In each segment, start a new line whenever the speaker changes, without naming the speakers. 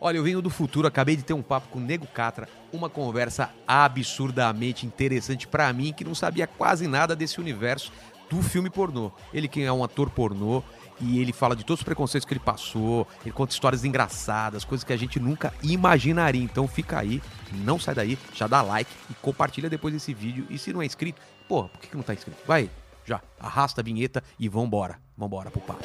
Olha, eu venho do futuro, acabei de ter um papo com o Nego Catra, uma conversa absurdamente interessante pra mim, que não sabia quase nada desse universo do filme pornô. Ele que é um ator pornô e ele fala de todos os preconceitos que ele passou, ele conta histórias engraçadas, coisas que a gente nunca imaginaria. Então fica aí, não sai daí, já dá like e compartilha depois desse vídeo. E se não é inscrito, porra, por que que não tá inscrito? Vai, já, arrasta a vinheta e vambora, vambora pro papo.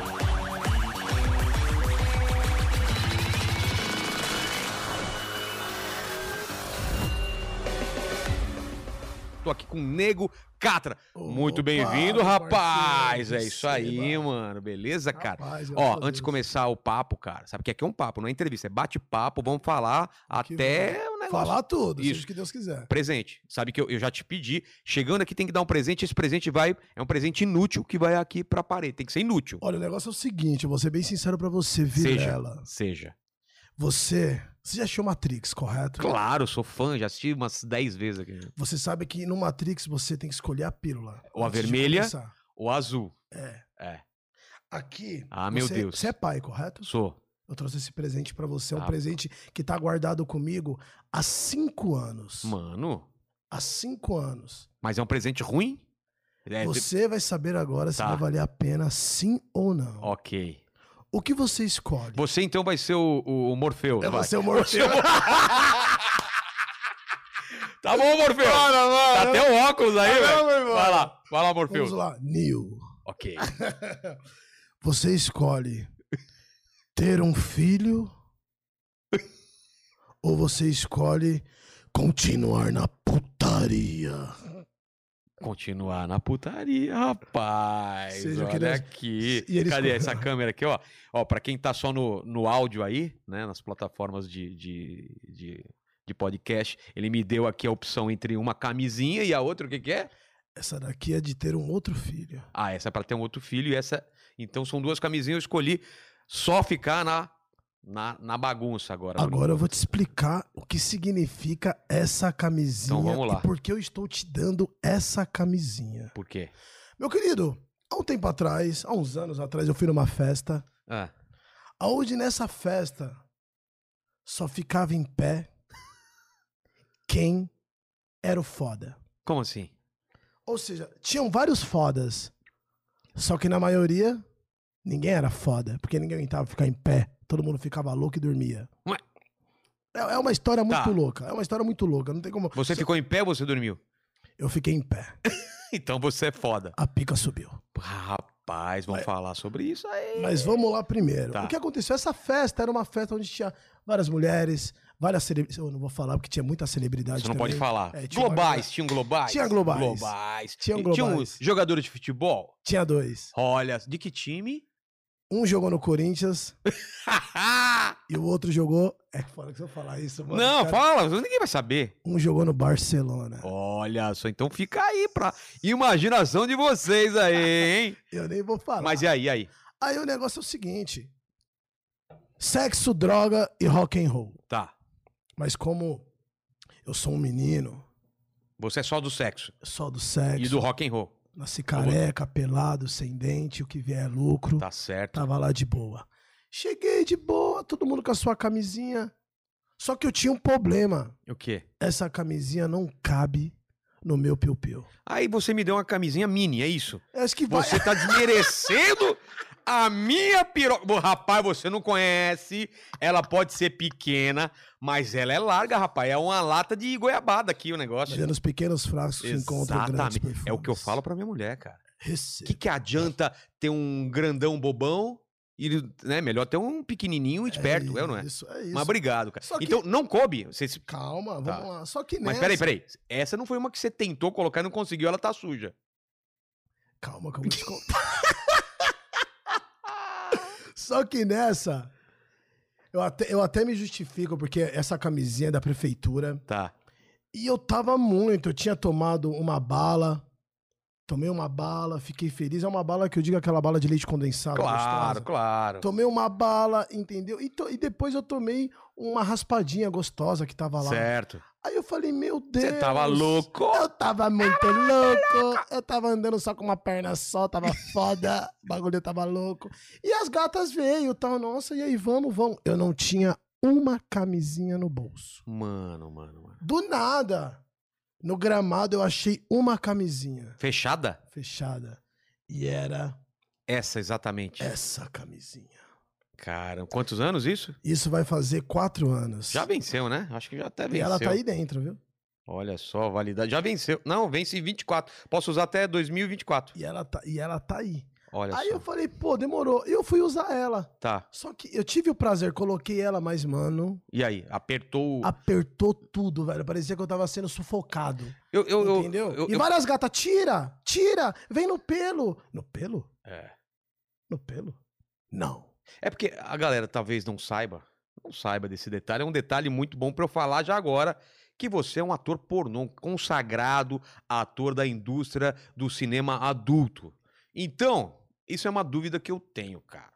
Tô aqui com o Nego Catra. Muito bem-vindo, rapaz.
parceiro,
é isso aí,
receba.
mano. Beleza, cara?
Rapaz, graças
Ó,
a
antes de
Deus.
começar o papo, cara, sabe que aqui é um papo, não é entrevista, é bate-papo, vamos falar
Que
até o negócio.
Falar tudo,
Isso.
seja o que Deus quiser.
Presente. Sabe que eu, eu já te pedi. Chegando aqui tem que dar um presente. Esse presente vai. É um presente inútil que vai aqui pra parede. Tem que ser inútil.
Olha, o negócio é o seguinte, eu vou ser bem sincero pra você,
Seja.
Vilela.
Seja.
Você, você já assistiu Matrix, correto?
Claro, sou fã, já assisti umas 10 vezes aqui.
Você sabe que no Matrix você tem que escolher a pílula.
Ou a
antes de
vermelha.
começar.
O azul.
Aqui.
Ah, meu
você-
Deus.
Você é pai, correto?
Sou.
Eu trouxe esse presente pra você, um
Ah.
presente que tá guardado comigo há cinco anos.
Mano.
Há cinco anos.
Mas é um presente ruim? É, de-
Você vai saber agora se
Tá.
vai valer a pena sim ou não.
Ok.
O que você escolhe?
Você então vai ser o, o- o Morfeu.
É
vai.
você o Morfeu.
Tá bom, Morfeu. Tá até o óculos aí, velho. Vai lá. Vai lá, Morfeu.
Vamos lá, Neil.
Ok.
Você escolhe ter um filho ou você escolhe continuar na putaria?
Continuar na putaria, rapaz.
Seja o que
olha
Deus-
aqui.
E eles-
Cadê essa câmera aqui, ó? Ó, pra quem tá só no, no áudio aí, né? Nas plataformas de, de, de, de podcast, ele me deu aqui a opção entre uma camisinha e a outra, o que que é?
Essa daqui é de ter um outro filho.
Ah, essa é pra ter um outro filho e essa... Então são duas camisinhas, eu escolhi só ficar na, na, na bagunça agora.
Agora eu vou te explicar o que significa essa camisinha
Então vamos lá.
e por que eu estou te dando essa camisinha.
Por quê?
Meu querido, há um tempo atrás, há uns anos atrás, eu fui numa festa
Ah,
Aonde nessa festa só ficava em pé quem era o foda.
como assim?
Ou seja, tinham vários fodas. Só que na maioria, ninguém era foda. Porque ninguém aguentava ficar em pé. Todo mundo ficava louco e dormia.
Ué.
É é uma história muito
Tá.
louca. É uma história muito louca. Não tem como.
Você ficou em pé ou você dormiu?
Eu fiquei em pé.
Então você é foda.
A pica subiu.
Rapaz, vamos falar sobre isso aí.
Mas vamos lá primeiro.
Tá.
O que aconteceu? Essa festa era uma festa onde tinha várias mulheres, várias celebridades. Eu não vou falar porque tinha muita celebridade.
Você não
também.
pode falar.
É, tinha
globais, tinham globais.
Tinha globais.
Globais.
Tinha
E
globais.
Tinham jogadores de futebol.
Tinha dois.
Olha, de que time?
Um jogou no Corinthians e o outro jogou. É foda que se eu falar isso, mano.
não,
cara.
fala, ninguém vai saber.
Um jogou no Barcelona.
Olha só, então fica aí pra imaginação de vocês aí, hein?
Eu nem vou falar.
Mas é e aí, e aí?
Aí o negócio é o seguinte: sexo, droga e rock and roll.
Tá.
Mas como eu sou um menino,
Você é só do sexo
só do sexo,
e do rock and roll.
nasci careca, pelado, sem dente, o que vier é lucro.
Tá certo.
Tava lá de boa. Cheguei de boa, todo mundo com a sua camisinha. Só que eu tinha um problema.
O quê?
Essa camisinha não cabe no meu piu-piu.
Aí você me deu uma camisinha mini, é isso?
Eu Acho que vai.
Você tá desmerecendo a minha piroca. Bom, Rapaz, você não conhece. Ela pode ser pequena, mas ela é larga, rapaz. É uma lata de goiabada aqui o negócio.
Mas é nos pequenos frascos que encontram grandes perfumes.
É o que eu falo pra minha mulher, cara. O que,
Receba.
que adianta ter um grandão bobão e, né, melhor ter um pequenininho e esperto, é ou não é?
Isso, é isso.
Mas obrigado, cara.
Só que-
Então, não coube. Você se-
Calma, vamos
Tá.
lá. Só que é nessa...
Mas peraí, peraí. Essa não foi uma que você tentou colocar e não conseguiu, ela tá suja.
Calma que eu vou te contar. Só que nessa... Eu até, eu até me justifico, porque essa camisinha é da prefeitura...
Tá.
E eu tava muito, eu tinha tomado uma bala, Tomei uma bala, fiquei feliz. É uma bala que eu digo aquela bala de leite condensado.
Claro,
Tá gostosa.
claro.
Tomei uma bala, entendeu? E, to- e depois eu tomei uma raspadinha gostosa que tava lá.
Certo.
Aí eu falei, meu Deus.
Você tava louco.
Eu tava muito louco. Eu tava andando só com uma perna só, tava foda. O bagulho tava louco. E as gatas veio, tal, nossa, e aí vamos, vamos. Eu não tinha uma camisinha no bolso.
Mano, mano, mano.
Do nada. No gramado eu achei uma camisinha
Fechada?
fechada. E era
Essa, exatamente.
essa camisinha.
Cara, quantos anos isso?
Isso vai fazer quatro anos.
Já venceu, né? Acho que já até
E
venceu.
ela tá aí dentro, viu?
Olha só, validade. Já venceu. Não, vence em 24. Posso usar até 2024.
E ela tá, e ela tá aí.
Olha
Aí
só.
eu falei, pô, demorou. E eu fui usar ela.
Tá.
Só que eu tive o prazer, coloquei ela, mas, mano,
E aí? Apertou. o-
apertou tudo, velho. Parecia que eu tava sendo sufocado.
Eu, eu, eu,
entendeu?
eu-
e
eu-
várias gatas, tira, tira, vem no pelo. No pelo?
É.
No pelo? Não.
É porque a galera talvez não saiba. Não saiba desse detalhe. É um detalhe muito bom pra eu falar já agora. Que você é um ator pornô, um consagrado ator da indústria do cinema adulto. Então, isso é uma dúvida que eu tenho, cara.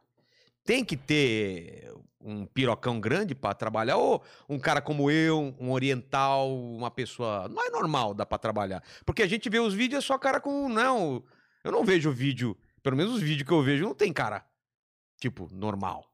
Tem que ter um pirocão grande pra trabalhar ou um cara como eu, um oriental, uma pessoa, não é normal dá pra trabalhar. Porque a gente vê os vídeos é só cara com não, eu não vejo vídeo, pelo menos os vídeos que eu vejo não tem cara tipo normal.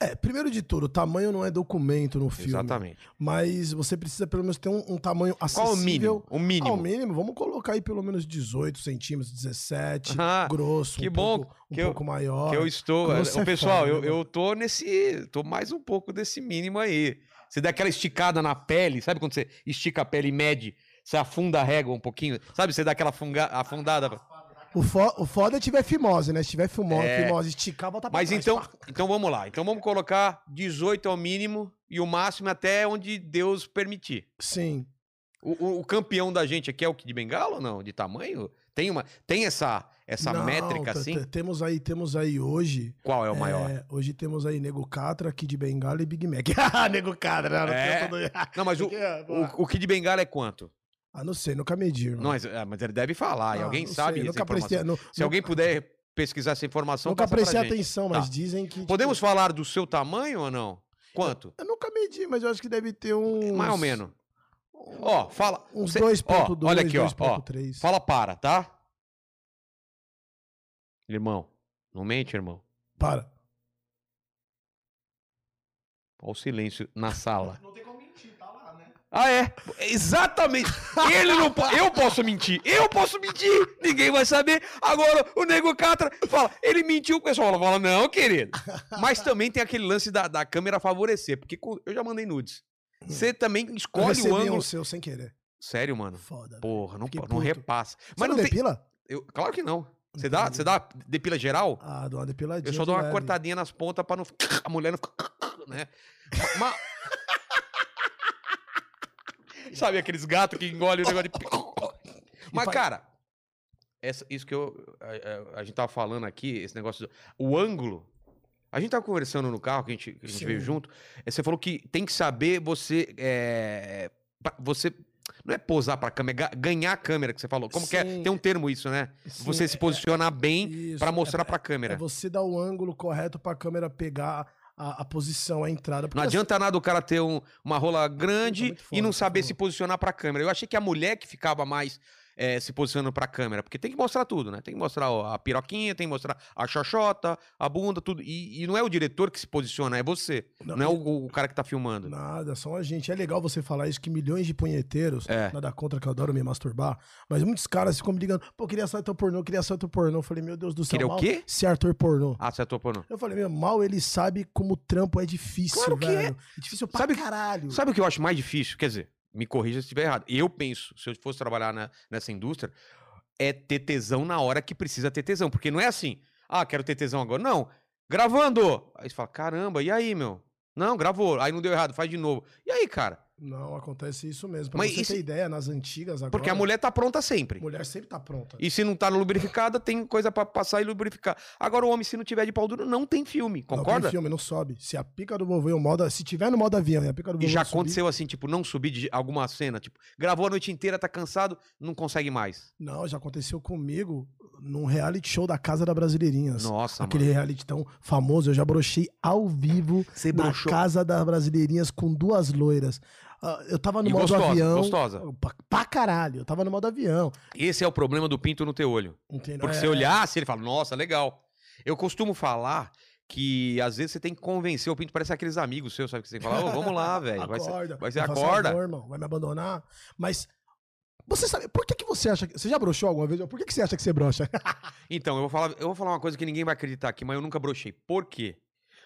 É, primeiro de tudo, o tamanho não é documento no filme.
Exatamente.
Mas você precisa pelo menos ter um, um tamanho acessível.
Qual o mínimo? O mínimo.
Ao mínimo, vamos colocar aí pelo menos 18 centímetros, 17,
Ah,
grosso,
que
um
bom
pouco, um
que eu-
pouco maior.
que eu estou,
grosso
o
é
pessoal,
foda,
eu,
né,
eu tô nesse, tô mais um pouco desse mínimo aí. Você dá aquela esticada na pele, sabe quando você estica a pele e mede, você afunda a régua um pouquinho, sabe? Você dá aquela funga-
Ah,
afundada.
tá O, fo- o foda é tiver fimose, né? Se tiver fimose,
É.
fimose esticar, bota pra
Mas
trás,
então,
pá.
então vamos lá. Então vamos colocar 18 ao mínimo e o máximo até onde Deus permitir.
Sim.
O, o- o campeão da gente aqui é o Kid Bengala ou não? De tamanho? Tem uma, tem essa essa
Não,
métrica
t-
assim?
t- Temos aí, temos aí hoje.
Qual é o maior?
é, hoje temos aí Nego Catra, aqui de Bengala e Big Mac. Ah, Nego Catra, não, não
É.
tem todo-
Não, mas o,
É, pô.
o, o Kid Bengala é quanto?
Ah, não sei, nunca medi,
Não,
irmão.
mas, é, mas ele deve falar. e
Ah,
alguém
não
sabe
sei,
essa
nunca
informação.
prestei, nu-
Se alguém puder pesquisar essa informação,
nunca
passa pra
prestei
gente.
atenção, mas
Tá.
dizem que. tipo,
Podemos falar do seu tamanho ou não? Quanto?
Eu nunca medi, mas eu acho que deve ter um.
Mais ou menos. Ó, fala.
Uns
cê-
2,2,
ó, Olha aqui, ó, ó.
2,3.
Fala para, tá? Irmão, não mente, irmão.
Para.
Olha o silêncio na sala.
Não tem como mentir, tá lá, né?
Ah, é? Exatamente. Ele não pode. Eu posso mentir. Eu posso mentir. Ninguém vai saber. Agora, o nego Catra fala. Ele mentiu. O pessoal fala, não, querido. Mas também tem aquele lance da, da câmera favorecer. Porque co- eu já mandei nudes. Você também
Eu
escolhe o
recebi
ângulo.
um seu sem querer.
Sério, mano.
Foda.
Porra, não,
Fiquei
po- não
puto.
repassa.
Mas
Mas
não
não tem.
depila?
eu- claro que não. Você dá, você dá depila geral?
Ah, dou uma depiladinha.
Eu só
de
dou uma
leve.
cortadinha nas pontas pra não. ficar- A mulher não ficar. Né? Ma- ma- Sabe aqueles gatos que engolem o negócio de. Mas,
faz-
cara, essa- isso que eu. A, a- a gente tava falando aqui, esse negócio. Do, o ângulo. A gente tava conversando no carro que a gente, que a gente
Sim.
veio junto. e Você falou que tem que saber você. é, pra- você. Não é posar pra câmera, é ga- ganhar a câmera que você falou. Como que é?
Sim.
Tem um termo isso, né?
Sim, é,
você se posicionar bem
Isso,
pra
é-
mostrar pra
É
câmera.
você dar o ângulo correto pra câmera pegar a, a posição, a entrada. porque
Não adianta nada o cara ter um- uma rola grande
muito
e não
foda,
saber
tá
se posicionar pra câmera. Eu achei que a mulher que ficava mais eh, se posicionando pra câmera, porque tem que mostrar tudo, né? Tem que mostrar ó, a piroquinha, tem que mostrar a xoxota, a bunda, tudo. E, e não é o diretor que se posiciona, é você.
assim,
Não, é o, o cara que tá filmando.
Nada, só a gente. É legal você falar isso que milhões de punheteiros,
É.
nada contra que eu adoro me masturbar, mas muitos caras ficam me ligando, pô, queria só teu pornô, queria só teu pornô. Eu falei, meu Deus do céu,
Queria o
mal
quê?
se Arthur pornô.
Ah, você topou não.
Eu falei, meu, mal ele sabe como o trampo é difícil,
Claro que
velho. É. difícil pra
Sabe-
caralho.
Sabe o que eu acho mais difícil? Quer dizer, me corrija se estiver errado. Eu penso, se eu fosse trabalhar na- nessa indústria, é ter tesão na hora que precisa ter tesão. Porque não é assim, ah, quero ter tesão agora. Não, gravando! Aí você fala, caramba, e aí, meu? Não, gravou, aí não deu errado, faz de novo. E aí, cara?
Não, acontece isso mesmo. Pra
Mas
você
isso-
ter ideia, nas antigas agora.
Porque a mulher tá pronta sempre.
mulher sempre tá pronta.
E se não tá lubrificada, tem coisa pra passar e lubrificar. Agora, o homem, se não tiver de pau duro, não tem filme,
Não,
concorda?
tem filme não sobe. Se a pica do vovô e o modo. Se tiver no modo avião e a pica do vovô.
E já
subir-
aconteceu assim, tipo, não subir de alguma cena, tipo, gravou a noite inteira, tá cansado, não consegue mais.
Não, já aconteceu comigo num reality show da Casa da Brasileirinhas.
Nossa,
Aquele
mano.
reality tão famoso, eu já brochei ao vivo
Você
na
broxou.
Casa das Brasileirinhas com duas loiras. Ah, eu tava no
E
modo
gostosa,
avião.
gostosa.
Pra, pra caralho, eu tava no modo avião.
Esse é o problema do pinto no teu olho.
Entendeu?
Porque
É,
se olhasse, ele fala, nossa, legal. Eu costumo falar que às vezes você tem que convencer o pinto, parece aqueles amigos seus, sabe? Que você fala, ô, vamos lá, velho. Vai ser-
acorda.
vai ser
Vai fazer
acorda.
"Ah, amor, irmão, vai me abandonar. Mas. Você sabe, por que, que você acha que. Você já broxou alguma vez? Por que, que você acha que você broxa?
Então, eu vou, falar, eu vou falar uma coisa que ninguém vai acreditar aqui, mas eu nunca brochei. Por quê?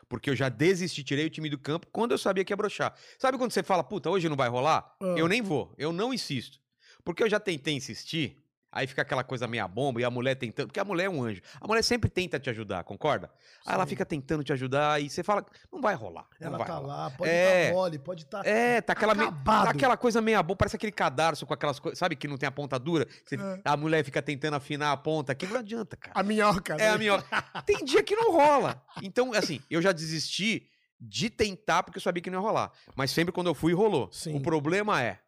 Porque eu já desisti, tirei o time do campo quando eu sabia que ia brochar. Sabe quando você fala, puta, hoje não vai rolar?
Ah.
Eu nem vou, eu não insisto. Porque eu já tentei insistir, aí fica aquela coisa meia bomba e a mulher tentando. Porque a mulher é um anjo. A mulher sempre tenta te ajudar, concorda? Aí ela
Sim.
fica tentando te ajudar e você fala, não vai rolar. não
Ela
vai
tá
rolar."
lá, pode
É.
estar mole, pode estar.
É, tá aquela, me-
Acabado.
tá aquela coisa meia boa, parece aquele cadarço com aquelas coisas, sabe, que não tem a ponta dura. que você-
É.
A mulher fica tentando afinar a ponta, que não adianta, cara.
A minhoca.
É
né?
a minhoca. Tem dia que não rola. Então, assim, eu já desisti de tentar porque eu sabia que não ia rolar. Mas sempre quando eu fui, rolou.
Sim.
O problema é,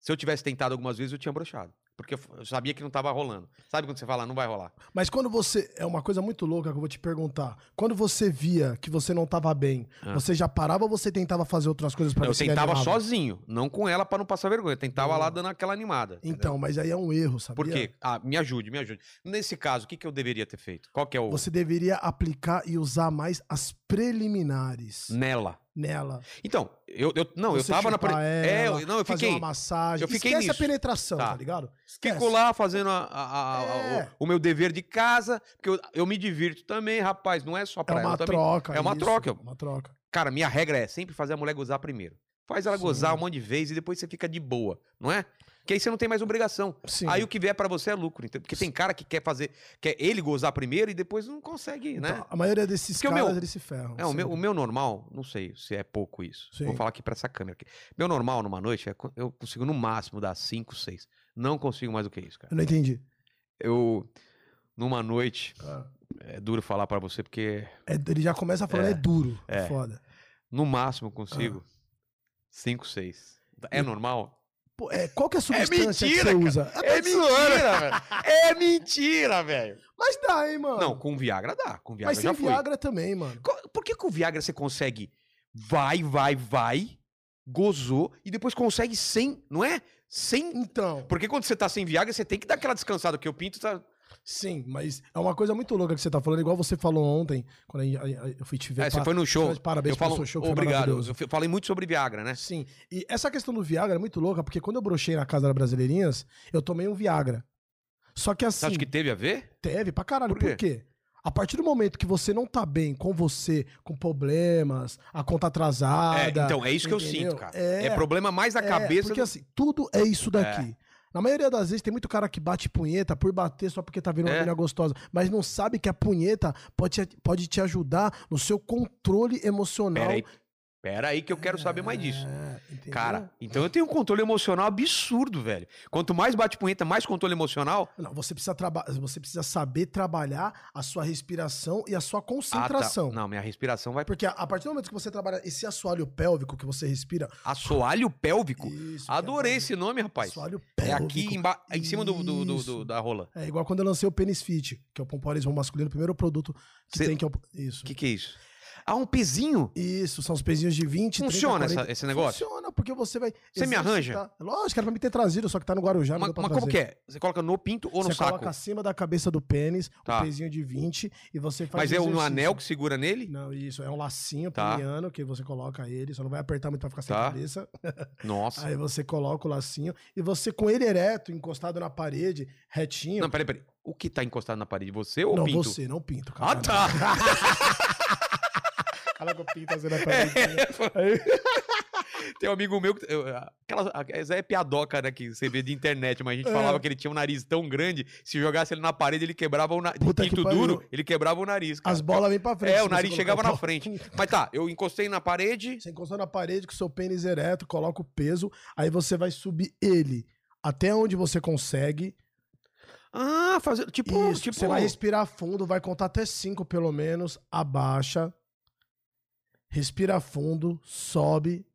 se eu tivesse tentado algumas vezes, eu tinha brochado. Porque eu f- eu sabia que não tava rolando. Sabe quando você fala, não vai rolar?
Mas quando você. É uma coisa muito louca que eu vou te perguntar. Quando você via que você não tava bem,
Ah.
você já parava ou você tentava fazer outras coisas pra
eu
ver se ele
tentava
animava?
sozinho, não com ela pra não passar vergonha. Eu tentava lá dando aquela animada. entendeu?
Hum. Então, mas aí é um erro, sabia?
né? Por quê? Ah, me ajude, me ajude. Nesse caso, o que, que eu deveria ter feito? Qual que é o...
Você deveria aplicar e usar mais as preliminares
Nela.
nela.
Então, eu, eu- não, eu
Você
tava na...
chupar
pre- É,
ela,
eu- não, eu
fazer
fiquei...
uma massagem.
Eu fiquei
Esquece
nisso.
a penetração, tá,
Tá.
ligado? Esquece.
Fico lá fazendo a- a- a-
É.
a- o, o meu dever de casa, porque eu, eu me divirto também, rapaz. Não é só
É
pra ela,
uma
eu também.
troca.
É uma
isso,
troca.
Uma troca.
Cara, minha regra é sempre fazer a mulher gozar primeiro. Faz ela
Sim.
gozar um monte de vezes e depois você fica de boa, não é? Que aí você não tem mais obrigação.
Sim.
Aí o que vier pra você é lucro, entendeu? Porque tem cara que quer fazer, quer ele gozar primeiro e depois não consegue, né?
Então, a maioria desses
Porque o
caras,
meu-
eles se ferram.
É, o meu,
sempre.
o meu normal, não sei se é pouco isso. Vou
Sim.
falar aqui pra essa câmera aqui. Meu normal numa noite é co- eu consigo no máximo dar 5, 6. Não consigo mais do que isso, cara.
Eu não entendi.
Eu numa noite
Ah.
É duro falar pra você, porque
É, ele já começa falando,
É.
é, duro.
É.
É. Foda.
no máximo eu consigo
Ah.
5, 6. É normal?
Pô, é, qual que é a substância
mentira, É
que você usa? É Eu tô te Ah, tá zoando.
velho. É mentira, velho.
Mas dá, hein, mano.
Não, com Viagra dá. Com Viagra
Mas
eu já
sem
fui.
Viagra também, mano.
Co- Por que com Viagra você consegue vai, vai, vai, gozou e depois consegue sem, não é? Sem.
Então,
Porque quando você tá sem Viagra, você tem que dar aquela descansada que eu pinto. Tá...
sim, mas é uma coisa muito louca que você tá falando, igual você falou ontem, quando a gente- a- a- eu fui te ver.
É, você
pa-
foi no show.
Parabéns
Eu
pelo
falo,
seu show, que foi
obrigado.
maravilhoso.
Eu f- falei muito sobre Viagra, né?
Sim, e essa questão do Viagra é muito louca, porque quando eu brochei na casa da Brasileirinhas, eu tomei um Viagra. Só que
Você
assim,
acha que teve a ver?
teve pra caralho.
Por quê?
Por quê? A partir do momento que você não tá bem com você, com problemas, a conta atrasada.
É, então, é isso que eu
entendeu?
sinto, cara. É,
É.
problema mais da
É,
cabeça.
Porque assim, tudo é isso daqui. Na maioria das vezes tem muito cara que bate punheta por bater só porque tá vendo uma
É.
menina gostosa, mas não sabe que a punheta pode te, pode te ajudar no seu controle emocional.
Peraí, peraí que eu quero saber mais disso.
É, entendeu?
Cara, então eu tenho um controle emocional absurdo, velho. Quanto mais bate punheta, mais controle emocional. Ah,
Não, você precisa traba- você precisa saber trabalhar a sua respiração e a sua concentração.
Ah, tá. Não, minha respiração vai.
Porque a, a partir do momento que você trabalha esse assoalho pélvico que você respira.
Assoalho pélvico.
Isso, que é
Adorei
mais-
esse nome, rapaz.
Assoalho
É
pélvico.
aqui emba- em cima do, do- do-
Isso.
do- da rola.
É igual quando eu lancei o Penis Fit, que é o pompoarismo masculino, o primeiro produto que
Cê-
tem que é o. Isso.
O que, que é isso? Ah, um pezinho?
Isso, são os pezinhos de 20, 30,
Funciona
40.
essa- esse negócio?
Funciona, porque você vai...
Você me
exercitar.
arranja?
Lógico, era pra me ter trazido, só que tá no Guarujá, não
Mas,
deu pra
mas como
trazer.
que é? Você coloca no pinto ou no
você
saco?
coloca acima da cabeça do pênis,
Tá.
o pezinho de 20, e você faz
Mas é
o
um
exercício.
anel que segura nele?
Não, isso, é um lacinho
Tá.
peniano que você coloca ele, só não vai apertar muito pra ficar sem
Tá.
cabeça.
Nossa.
Aí você coloca o lacinho, e você com ele ereto, encostado na parede, retinho...
Não, peraí, peraí. O que tá encostado na parede? Você ou o
Não,
pinto?
você, não pinto,
Ah,
cara.
tá.
Cala com o pinto assim na parede.
É,
Aí-
Tem um amigo meu, que- eu- aquela, essa é piadoca, né, que você vê de internet, mas a gente
É.
falava que ele tinha um nariz tão grande, se jogasse ele na parede, ele quebrava o nariz.
Puta que
Pinto
pariu.
duro, ele quebrava o nariz. cara.
As bolas vêm pra frente.
É,
se
o
você
nariz
colocar
chegava
a bola-
na frente. Mas tá, eu encostei na parede,
Você encosta na parede com seu pênis ereto, coloca o peso, aí você vai subir ele até onde você consegue.
Ah, fazer. Tipo,
Isso,
tipo.
você vai respirar fundo, vai contar até cinco pelo menos, abaixa, respira fundo, sobe.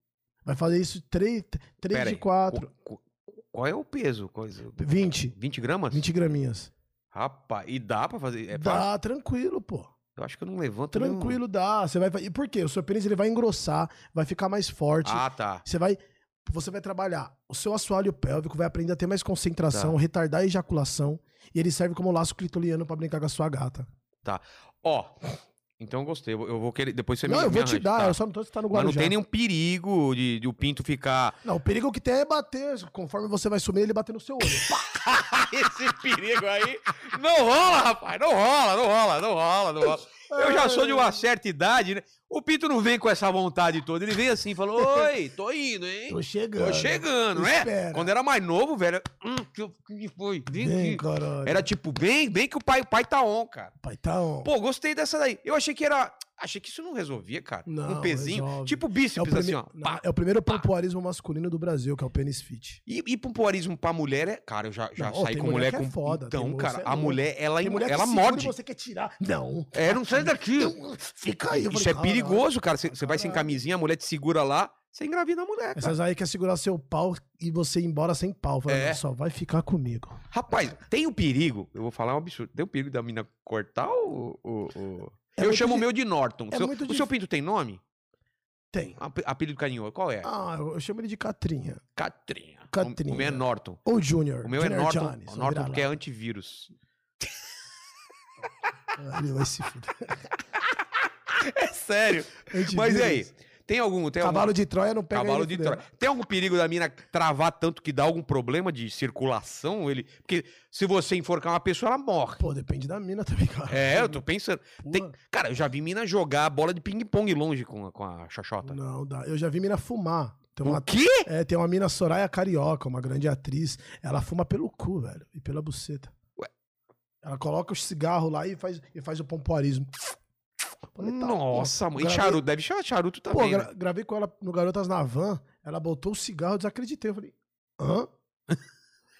Vai fazer isso 3,
Pera
três de
aí,
4,
qu- qu- Qual é o peso? Coisa...
20,
20 gramas?
20 graminhas.
Rapaz, e dá pra fazer. É fácil? Hum.
dá, tranquilo, pô.
Eu acho que eu não levanto. nem um-
Tranquilo dá. Você vai, e por quê? O seu pênis ele vai engrossar, vai ficar mais forte.
Ah, tá.
Você vai você vai trabalhar o seu assoalho pélvico, vai aprender a ter mais
Tá.
concentração, retardar a ejaculação, e ele serve como laço clitoriano pra brincar com a sua gata.
Ó. Então eu gostei. Eu vou- eu vou querer. Depois você me
não, eu
me
vou te
arranja,
dar,
tá?
eu só não tô se tá no
Mas
Guarujá.
não tem nenhum perigo de, de o pinto ficar.
Não, o perigo que tem é bater, conforme você vai sumir, ele bater no seu olho. Pá!
Esse perigo aí. Não rola, rapaz. Não rola, não rola, não rola, não rola. Eu já sou de uma certa idade, né? O pinto não vem com essa vontade toda. Ele vem assim e fala: Oi, tô indo, hein?
Tô chegando.
Tô chegando, né?
Espera.
Quando era mais novo, velho. Hum, que, que foi? Vem
Vem,
aqui.
caralho.
Era tipo, bem, bem que o pai, o pai tá on, cara.
Pai, tá on.
Pô, gostei dessa daí. Eu achei que era. Achei que isso não resolvia, cara. um
Não,
pezinho.
resolve.
Tipo bíceps, assim,
prime-
ó.
Não,
Pá.
é o primeiro pompoarismo masculino do Brasil, que é o pênis fit.
E, e pompoarismo pra mulher é. Cara, eu já, já
Não, ó,
saí
tem
com mulher
mulher que
com.
é foda, tem
então,
mulher
cara,
que é
a
louca.
mulher, ela,
Tem mulher que
ela
segura e
morde.
você quer tirar. Não.
É, não sai daqui.
Fica aí. eu
Isso
falei,
é
"Caralho."
perigoso, cara. Você você vai sem
Caralho.
camisinha, a mulher te segura lá, você engravida a mulher. Cara.
Essas aí quer segurar seu pau e você ir embora sem pau. Fala,
Tá. É.
"Não, só vai ficar comigo.
Rapaz, tem o perigo. Eu vou falar um absurdo. Tem o perigo da mina cortar o. o- o-
É
eu
muito
chamo o
di-
meu de Norton.
é
Seu-
muito
o seu
dif-
pinto tem nome?
Tem.
Ape- Apelido carinhoso. Qual é?
Ah, eu eu chamo ele de Catrinha.
Catrinha. O- O, meu é
Catrinha.
Norton.
Ou Junior.
O meu é
Junior
Norton.
Johnny,
O
só
Norton
virar
porque é
lá.
antivírus.
Ah, Ele vai se fuder.
É sério.
Antivírus.
Mas e aí? Tem algum. Tem algum-
Cavalo de Troia não pega
Cavalo
ele
de
fudendo.
Troia. Tem algum perigo da mina travar tanto que dá algum problema de circulação? Ele... Porque se você enforcar uma pessoa, ela morre.
Pô, depende da mina também, cara.
É, eu tô pensando.
Pô,
tem- Cara, eu já vi mina jogar a bola de ping-pong longe com a, com a xoxota.
Não dá. Eu já vi mina fumar. Tem
O
uma,
quê?
é, tem uma mina Soraya Carioca, uma grande atriz. Ela fuma pelo cu, velho. E pela buceta.
Ué.
Ela coloca o cigarro lá e faz, e faz o pompoarismo. Falei, tá, pô,
Nossa, mãe. E
gravei-
charuto. Deve chamar charuto
Pô,
também.
gra-
né?
gravei com ela no Garotas na Van, ela botou o cigarro, eu desacreditei. Eu falei, hã?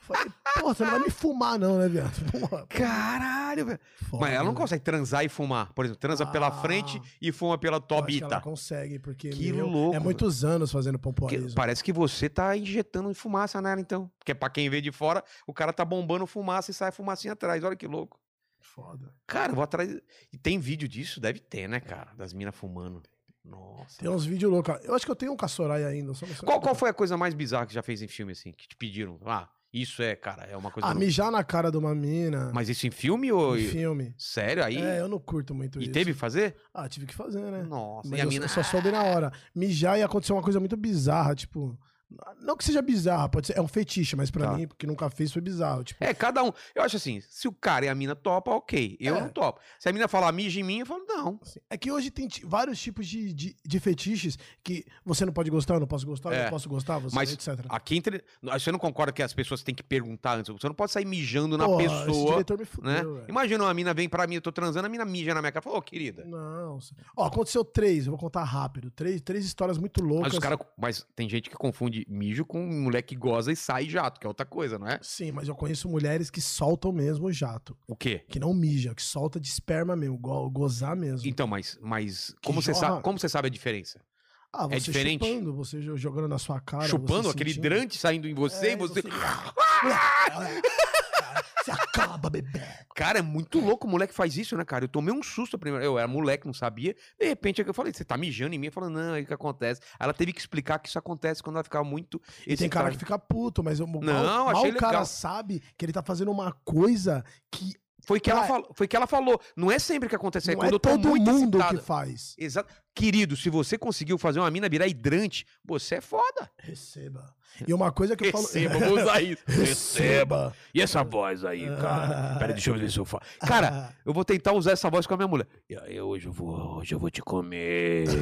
falei, porra, você não vai me fumar, não, né, viado? Porra,
Caralho, velho.
foda,
Mas ela não
né?
consegue transar e fumar. Por exemplo, transa pela
Ah.
frente e fuma pela
Eu acho que
tobita.
Ela consegue, porque
Que
meu,
louco,
é muitos anos fazendo
Que-
pompoarismo.
parece que você tá injetando fumaça nela, então. Porque pra quem vê de fora, o cara tá bombando fumaça e sai fumacinha atrás. Olha que louco.
Foda.
Cara, eu vou atrás. E tem vídeo disso? Deve ter, né, cara? Das minas fumando. Nossa.
Tem um uns vídeos loucos. Eu acho que eu tenho um caçorai ainda. Só não sei
Qual,
onde tá.
qual foi a coisa mais bizarra que já fez em filme, assim? Que te pediram? Ah, isso é, cara, é uma coisa.
Ah,
louca.
mijar na cara de uma mina.
Mas isso em filme ou.
em filme.
Sério? Aí.
É, eu não curto muito
e
isso.
teve que fazer?
Ah, tive que fazer, né?
Nossa.
Mas
e a
eu
mina. "Ah!"
só soube na hora. Mijar e aconteceu uma coisa muito bizarra, tipo. Não que seja bizarra, pode ser. É um fetiche, mas pra
Tá.
mim, porque nunca fez, foi bizarro. Tipo,
É, cada um. Eu acho assim, se o cara e a mina topa, ok. Eu
É.
não topo. Se a mina falar mija em mim, eu falo, não.
assim, é que hoje tem ti- vários tipos de, de, de fetiches que você não pode gostar, eu não posso gostar, eu
É.
não posso gostar, você,
Mas
etc.
Aqui entre. Você não concorda que as pessoas têm que perguntar antes? Você não pode sair mijando na
Porra, Esse
pessoa.
diretor me fudeu,
Né?
velho.
Imagina uma mina vem pra mim, eu tô transando, a mina mija na minha cara. Fala, ô, querida.
Não. se- Ó, aconteceu três, eu vou contar rápido. Três, três histórias muito loucas.
Mas, os cara, mas tem gente que confunde mijo com um moleque que goza e sai jato, que é outra coisa, não é?
Sim, mas eu conheço mulheres que soltam mesmo o jato.
O quê?
Que não mija, que solta de esperma mesmo, go- gozar mesmo.
Então, mas, mas como, você
jorra.
sabe, como você sabe a diferença?
Ah, você
É diferente?
chupando, você jo- jogando na sua cara.
Chupando
você
aquele
sentindo.
hidrante saindo em você
É,
e você.
Se acaba, bebê.
Cara, é muito louco o moleque faz isso, né, cara? Eu tomei um susto primeiro. Eu era moleque, não sabia. De repente é que eu falei, você tá mijando em mim? Eu falei, não, é o que acontece. Aí Ela teve que explicar que isso acontece quando ela ficar muito.
E tem cara
tra-
que fica puto, mas o mal,
Não,
mal
achei
o cara
legal.
sabe que ele tá fazendo uma coisa que
Foi que, ela
Cara,
falou, foi que ela falou. Não é sempre que acontece. É
não é
quando eu tô
todo
muito
mundo
excitado.
que faz.
Exato. Querido, se você conseguiu fazer uma mina virar hidrante, você é foda.
Receba. E uma coisa que eu falo...
vou usar isso.
Receba.
E essa voz aí, cara? Pera, deixa eu ver se eu falo. Cara, eu vou tentar usar essa voz com a minha mulher. E aí, hoje eu vou, hoje eu vou te comer.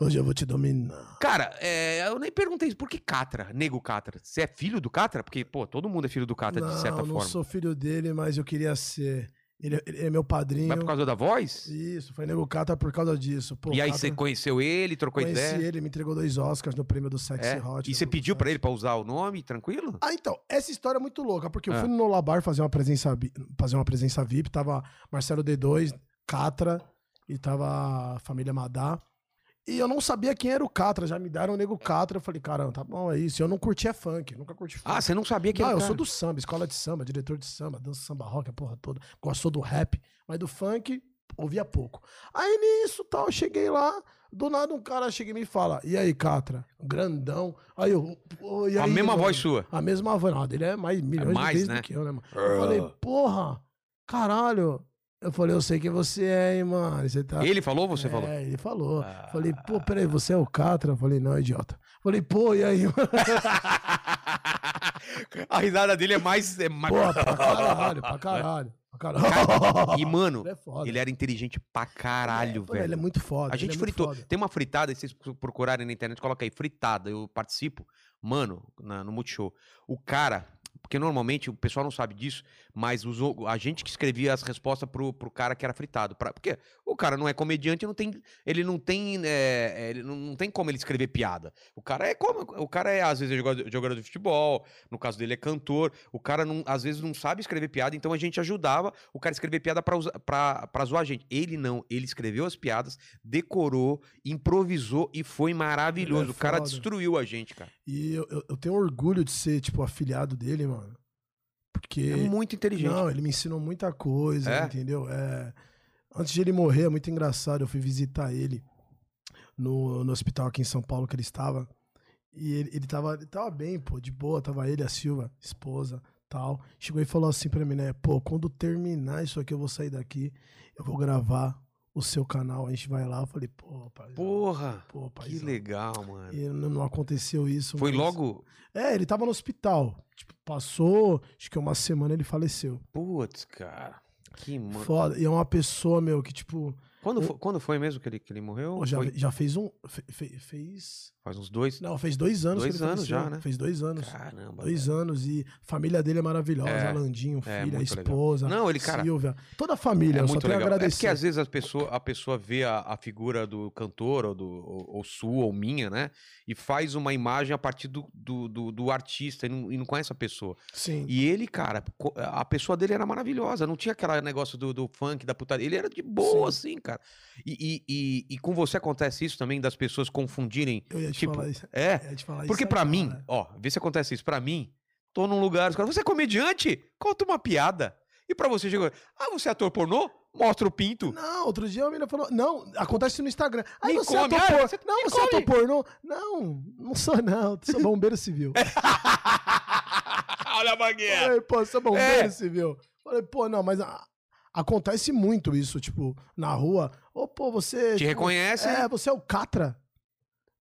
Hoje eu vou te dominar.
Cara, é, eu nem perguntei isso. Por que Catra? Nego Catra? Você é filho do Catra? Porque, pô, todo mundo é filho do Catra,
não,
de certa
não
forma.
sou filho dele, mas eu queria ser. Ele, ele é meu padrinho.
Mas por causa da voz?
Isso, foi Nego Catra por causa disso. Pô,
e aí
Catra-
você conheceu ele, trocou
Conheci
ideia?
ele, me entregou dois Oscars no prêmio do Sexy
É.
Hot.
E você pediu pra ele pra usar o nome, tranquilo?
Ah, então, essa história é muito louca, porque eu
Ah.
fui no Nolabar fazer uma presença vi- fazer uma presença VIP, tava Marcelo D2, Catra e tava a família Madá. E eu não sabia quem era o Catra, já me deram o nego Catra, eu falei, caramba, tá bom, é isso. Eu não curtia funk, eu nunca curti funk.
Ah, você não sabia que
não,
era
eu
cara.
sou do samba, escola de samba, diretor de samba, dança samba rock, a porra toda. Gostou do rap, mas do funk, ouvia pouco. Aí nisso, tal, eu cheguei lá, do nada um cara chega e me fala, e aí, Catra? Grandão. Aí eu, "Pô, e
A
aí,
mesma
mano?"
voz sua.
A mesma voz, não, a dele é mais milhões
mais,
de vezes
né?
do que eu, né, mano? Eu falei,
Ah.
porra, caralho. Eu falei, eu sei quem você é, hein, mano. Você tá...
Ele falou ou você
é,
falou?
ele falou.
Ah.
Falei, pô, peraí, você é o Catra? Eu falei, não, idiota. Falei, pô, e aí, mano?
A risada dele é mais. É mais...
Pô, pra caralho, pra caralho. Pra caralho.
E, mano,
Ele é foda.
ele era inteligente pra caralho,
Pô,
velho.
Ele é muito foda.
A gente
ele é muito
fritou.
foda.
Tem uma fritada, se vocês procurarem na internet, coloca aí, fritada, eu participo. Mano, na- no Multishow. O cara, porque normalmente o pessoal não sabe disso, mas os o- a gente que escrevia as respostas pro, pro cara que era fritado. pra- porque o cara não é comediante, não tem, ele não tem. é, ele não, não tem como ele escrever piada. O cara é como. O cara é, às vezes, é jogador, jogador de futebol, no caso dele é cantor. O cara não- às vezes não sabe escrever piada, então a gente ajudava o cara a escrever piada pra, usar- pra, pra zoar a gente. Ele não, ele escreveu as piadas, decorou, improvisou e foi maravilhoso.
Ele é
o cara
foda.
destruiu a gente, cara.
E eu, eu- eu tenho orgulho de ser, tipo, afiliado dele, mano. Porque.
É muito inteligente.
Não, ele me ensinou muita coisa,
É?
entendeu? É, antes de ele morrer, é muito engraçado. Eu fui visitar ele no, no hospital aqui em São Paulo que ele estava. E ele, ele, tava, ele tava bem, pô, de boa. Tava ele, a Silva, esposa, tal. Chegou e falou assim pra mim, né? Pô, quando terminar isso aqui, eu vou sair daqui. Eu vou gravar o seu canal. A gente vai lá. Eu falei, pô, pai.
Porra!
pô, pai.
Que legal, mano.
E não, não aconteceu isso.
Foi
mas-
logo.
É, ele tava no hospital. Tipo, passou, acho que uma semana ele faleceu.
Putz, cara. Que mano.
Foda. E é uma pessoa, meu, que, tipo,
Quando, fo- quando foi mesmo que ele, que ele morreu?
pô, já,
Foi-
já fez um. fe- fe- fez.
Faz uns dois.
Não, fez dois anos.
Dois
que ele tá
anos já, né?
Fez dois anos.
Caramba.
Dois anos. E a família dele é maravilhosa.
É.
Landinho,
É,
filha,
muito legal.
esposa.
Não, ele, cara,
Silvia. Toda a família.
É
eu só
muito
tenho
legal.
a
É porque
agradecer.
às vezes as pessoa, a pessoa vê a, a figura do cantor, ou, do, ou, ou sua, ou minha, né? E faz uma imagem a partir do, do, do- do artista e não, e não conhece a pessoa.
Sim.
E ele, cara, co- a pessoa dele era maravilhosa. Não tinha aquele negócio do, do funk, da putaria. Ele era de boa, assim, cara. E, e, e, e com você acontece isso também, das pessoas confundirem.
Eu ia te
tipo,
falar isso.
É.
eu ia te falar né? isso
Porque pra
agora.
mim, ó, vê se acontece isso. Pra mim, tô num lugar, os caras, você é comediante? Conta uma piada. E pra você chegou, ah, você é ator pornô? Mostra o pinto.
Não, outro dia a menina falou. Não, acontece no Instagram. Aí
Me
você
come,
é
ah,
ator
você
pornô. Não,
me
você é
come.
ator pornô. Não, não sou, não. Sou bombeiro civil.
ah, Olha a bagueira.
Falei, pô, você é bombeiro
É.
civil. Falei, pô, não, mas ah, acontece muito isso, tipo, na rua. Ô, pô, você.
Te
tipo,
reconhece? né?
É, você é o Catra.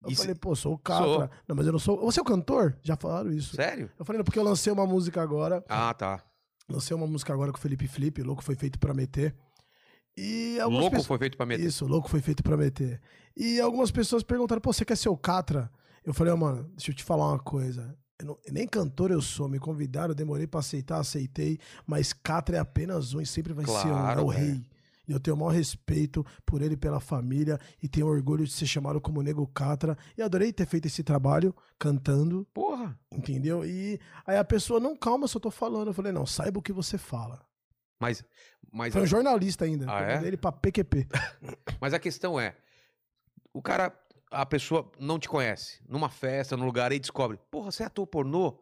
Eu
Isso-
falei, pô, sou o Catra.
Sou.
Não, mas eu não sou. Você é o cantor? Já falaram isso.
Sério?
Eu falei, não, porque eu lancei uma música agora.
Ah, tá.
Lancei uma música agora com o Felipe Flip, Louco Foi Feito Pra Meter. E algumas
Louco
É pessoas-
foi feito pra meter.
Isso, Louco Foi Feito Pra Meter. E algumas pessoas perguntaram, pô, você quer ser o Catra? Eu falei, ó, mano, deixa eu te falar uma coisa. Eu não- nem cantor eu sou, me convidaram, eu demorei pra aceitar, aceitei, mas Catra é apenas um e sempre vai ser um, é
Claro, né?
o
velho.
rei. E eu tenho o maior respeito por ele e pela família, e tenho orgulho de ser chamado como Nego Catra. E adorei ter feito esse trabalho cantando,
Porra.
entendeu? E aí a pessoa, não, calma, eu só tô falando. Eu falei, não, saiba o que você fala.
Mas, mas,
Foi um jornalista ainda,
Ah,
eu
é?
mandei ele pra PQP.
mas a questão é, o cara, a pessoa não te conhece. Numa festa, num lugar, aí descobre, porra, você é ator pornô?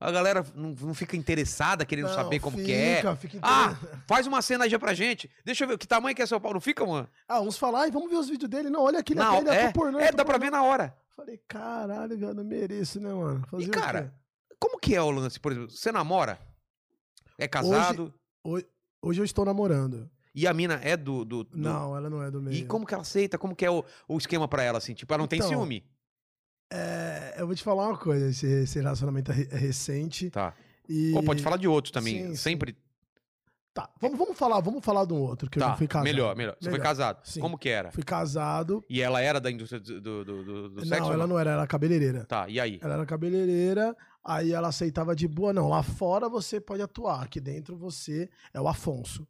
A galera não, não fica interessada querendo
Não,
saber como
fica,
que é.
Fica
Ah, faz uma cena aí já pra gente. Deixa eu ver, que tamanho que é seu pau? Não fica, mano?
Ah, uns falam, ai, vamos ver os vídeos dele. Não, olha aqui, ele
Não,
ator- ele ator pornô, ele
É,
ator
dá pra
pornô.
ver na hora.
Falei, caralho, velho, não mereço, né, mano? Fazer o
cara,
quê?
Como que é o lance, por exemplo? Você namora? É casado?
Hoje eu estou namorando.
E a mina é do... do- do-
Não, ela não é do meio.
E como que ela aceita? Como que é o, o esquema pra ela, assim? Tipo, ela não tem
Então.
ciúme.
É, eu vou te falar uma coisa, esse, esse relacionamento é re- é recente.
Tá.
E...
Ou pode falar de outros também.
Sim,
Sempre.
Tá, vamos, vamos falar, vamos falar de um outro, que eu já fui casado.
Tá, melhor, melhor. Você foi
Melhor.
casado.
Sim.
Como que era?
Fui casado.
E ela era da indústria do, do, do- do- do sexo?
não,
ou
ela não era, ela era cabeleireira.
Tá, e aí?
Ela era cabeleireira, aí ela aceitava de boa. Não, lá fora você pode atuar, aqui dentro você é o Afonso.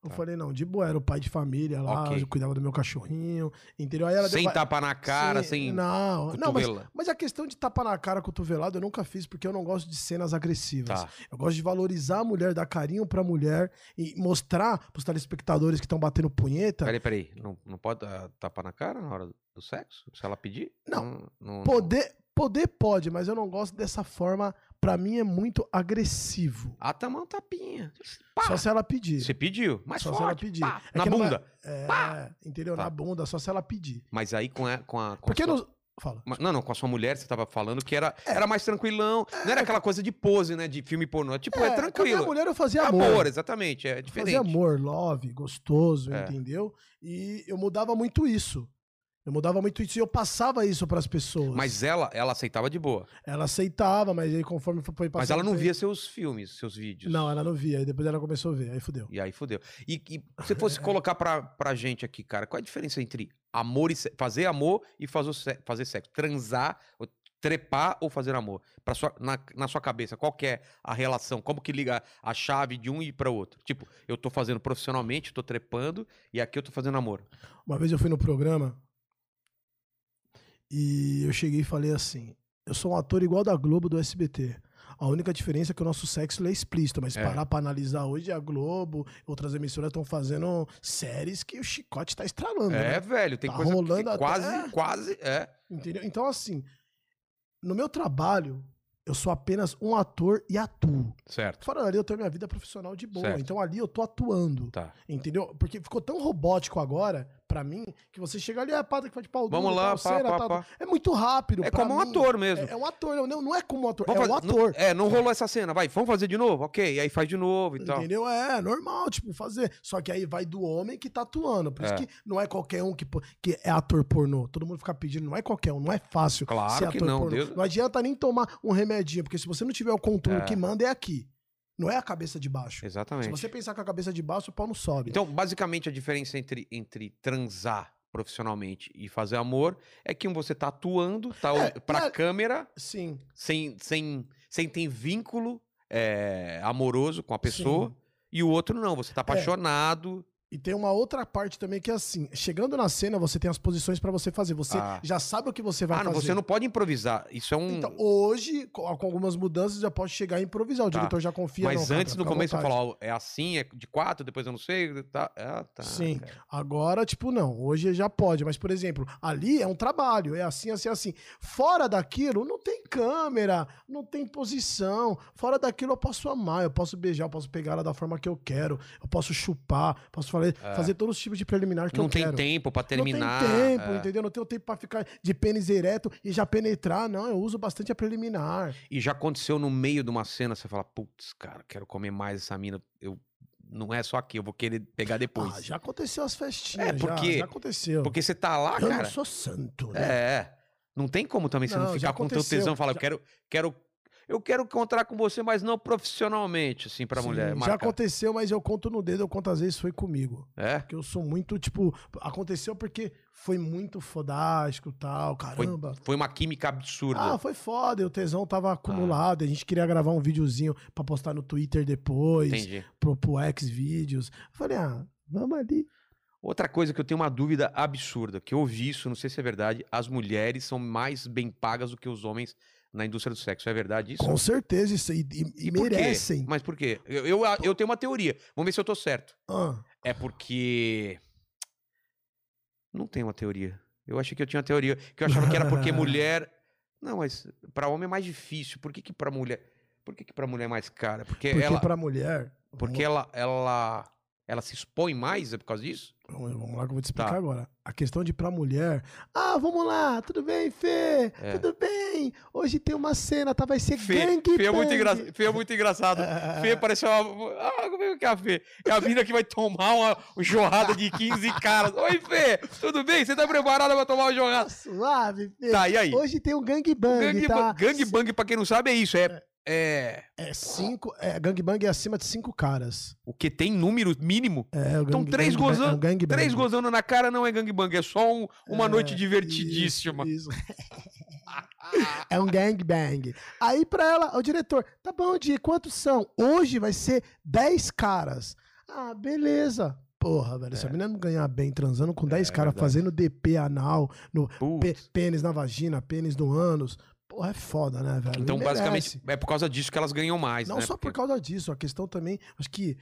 Eu
Tá.
falei, não, de boa, era o pai de família lá,
Ok.
eu cuidava do meu cachorrinho, entendeu? Aí ela deu
sem
ba-
tapa na cara, sem,
Não, não mas,
cotovela.
mas a questão de tapa na cara, cotovelado, eu nunca fiz, porque eu não gosto de cenas agressivas.
Tá.
Eu gosto de valorizar a mulher, dar carinho pra mulher e mostrar pros telespectadores que estão batendo punheta.
Peraí, peraí. Não, não pode ah, tapar na cara na hora do sexo? Se ela pedir?
Não.
não-
Poder, poder pode, mas eu não gosto dessa forma. Pra mim é muito agressivo.
Ah, tá uma tapinha. Pá! Tipo,
Só se ela pedir.
Você pediu. Mais
Só se
forte.
ela pedir.
pá,
É
na
que não
bunda.
É, entendeu?
Tá.
Na bunda, só se ela pedir.
Mas aí com a. Com a com a
Porque É.
sua...
não. Fala.
Ma- Não, não, com a sua mulher você tava falando que era, era mais tranquilão. Não era aquela coisa de pose, né? De filme pornô. É Tipo, é,
Com É. a minha
tranquilo.
mulher eu
É
fazia
amor.
amor.
exatamente. É
Eu
diferente.
fazia amor, love, gostoso,
É.
entendeu? E eu mudava muito isso. Eu mudava muito isso e eu passava isso pras pessoas.
Mas ela, ela aceitava de boa.
Ela aceitava, mas aí conforme foi passando.
Mas ela não
foi-
via seus filmes, seus vídeos.
Não, ela não via. Aí depois ela começou a ver. Aí fudeu.
E aí fudeu. E, e se fosse colocar pra, pra gente aqui, cara, qual é a diferença entre amor e se- fazer amor e fazer, o se- fazer sexo? Transar, ou trepar ou fazer amor? Pra sua, na, na sua cabeça, qual que é a relação? Como que liga a chave de um e pra outro? Tipo, eu tô fazendo profissionalmente, tô trepando, e aqui eu tô fazendo amor.
Uma vez eu fui no programa e eu cheguei e falei assim: eu sou um ator igual da Globo do SBT. A única diferença é que o nosso sexo ele é explícito, mas
É.
parar pra analisar hoje a Globo, outras emissoras estão fazendo séries que o chicote tá estralando.
É,
né?
velho, tem
Tá
coisa
rolando
que
até-
quase,
é.
quase, é.
Entendeu? Então, assim, no meu trabalho, eu sou apenas um ator e atuo.
Certo.
Fora dali, eu tenho minha vida profissional de boa.
Certo.
Então, ali eu tô atuando.
Tá.
Entendeu? Porque ficou tão robótico agora, pra mim, que você chega ali, é a pata que faz de pau
Vamos lá, pá,
cena,
pá,
tal,
pá.
tal. É muito rápido.
É
pra
como um
mim.
ator mesmo.
É, é um ator, não- não, não é como um ator,
Vamos
é um
fazer- não-
ator.
é, não rolou essa cena, vai, vamos fazer de novo? Ok, e aí faz de novo e tal.
Entendeu? É normal, tipo, fazer. Só que aí vai do homem que tá atuando.
É.
Por isso que não é qualquer um que, po- que é ator pornô. Todo mundo fica pedindo, não é qualquer um, não é fácil
Claro
ser ator
que não,
pornô.
Deus-
Não adianta nem tomar um remedinho, porque se você não tiver o controle,
É.
o que manda é aqui. Não é a cabeça de baixo. Se
Exatamente.
você pensar com a cabeça de baixo, o pau não sobe.
Então, basicamente, a diferença entre, entre transar profissionalmente e fazer amor é que um você tá atuando, tá
É,
ol- pra
mas-
câmera,
Sim.
sem, sem, sem ter vínculo é, amoroso com a pessoa, e o outro não,
É.
você tá apaixonado.
E tem uma outra parte também que é assim, chegando na cena, você tem as posições pra você fazer. Você
Ah.
já sabe o que você vai
ah, não,
fazer.
você não pode improvisar. Isso é um.
Então, hoje, co- com algumas mudanças, já pode chegar a improvisar. O
Tá.
diretor já confia. não,
Mas
cara,
antes, no
fica à
começo, eu
vontade.
falava, ó, é assim, é de quatro, depois eu não sei. Tá, ah, tá.
Sim.
cara.
Agora, tipo, não. Hoje já pode. Mas, por exemplo, ali é um trabalho. É assim, assim, assim. Fora daquilo, não tem câmera, não tem posição. Fora daquilo, eu posso amar, eu posso beijar, eu posso pegar ela da forma que eu quero. Eu posso chupar, posso fazer,
É.
fazer todos os tipos de preliminar que
Não
eu
tem
quero.
tempo pra terminar.
Não tem tempo,
é.
entendeu? Não tenho tempo pra ficar de pênis ereto e já penetrar, não. Eu uso bastante a preliminar.
E já aconteceu no meio de uma cena, você fala, putz, cara, quero comer mais essa mina. Eu, não é só aqui, eu vou querer pegar depois.
Ah, já aconteceu as festinhas,
É, porque-
já, já aconteceu.
Porque você tá lá,
eu
cara.
não sou santo, né?
É. Não tem como também você não,
Não, já
ficar com teu
aconteceu,
tesão e falar, eu
já-
quero, quero. Eu quero encontrar com você, mas não profissionalmente, assim, pra
Sim,
mulher.
Já
marcar.
aconteceu, mas eu conto no dedo, eu conto às vezes foi comigo.
É?
Porque eu sou muito, tipo, aconteceu porque foi muito fodástico tal,
Foi,
caramba.
foi uma química absurda.
Ah, foi foda, e o tesão
Ah.
tava acumulado, a gente queria gravar um videozinho pra postar no Twitter depois,
Entendi.
pro, pro X Vídeos. Falei, ah, vamos ali.
Outra coisa que eu tenho uma dúvida absurda, que eu ouvi isso, não sei se é verdade, as mulheres são mais bem pagas do que os homens na indústria do sexo. É verdade isso?
Com certeza, isso, e, e- e
E por quê?
merecem.
Mas por quê? Eu, eu, eu tenho uma teoria. Vamos ver se eu tô certo.
Ah,
É porque. Não tem uma teoria. Eu achei que eu tinha uma teoria. Que eu achava que era porque mulher. Não, mas pra homem é mais difícil. Por que, que pra mulher. Por que, que pra mulher é mais cara? Porque,
porque
ela.
pra um mulher.
Porque ela, ela. Ela se expõe mais, é por causa disso?
Vamos, vamos lá que eu vou te explicar
Tá.
agora. A questão de pra mulher. Ah, vamos lá, tudo bem, Fê?
É.
Tudo bem? Hoje tem uma cena, tá? Vai ser
Fê,
gangue.
Fê é muito engra... Fê é muito engraçado. Fê parece uma. Ah, como é que é a Fê? É a mina que vai tomar uma jorrada de 15 caras. Oi, Fê! Tudo bem? Você tá preparada pra tomar uma jorrada?
Suave, Fê.
Tá, e aí?
Hoje tem um gangbang,
Gangbang,
tá?
gangbang, pra quem não sabe, é isso. É, é.
É cinco. É, gangbang é acima de cinco caras.
O que tem número mínimo?
É, o
Então,
gangbang
três
é-
gozando-
é um gangbang.
Três gozando na cara não é gangbang, é só um- uma
É,
noite divertidíssima.
Isso, isso. É um gangbang. Aí pra ela, o diretor, tá bom, Di, quantos são? Hoje vai ser 10 caras. Ah, beleza. Porra, velho, se a menina não ganhar bem transando com 10
É.
caras,
verdade.
fazendo DP anal, no
Putz.
pe- pênis na vagina, pênis no ânus, porra, é foda, né, velho?
Então,
Merece.
basicamente, é por causa disso que elas ganham mais,
Não
né?
só por
Porque-
causa disso, a questão também, acho que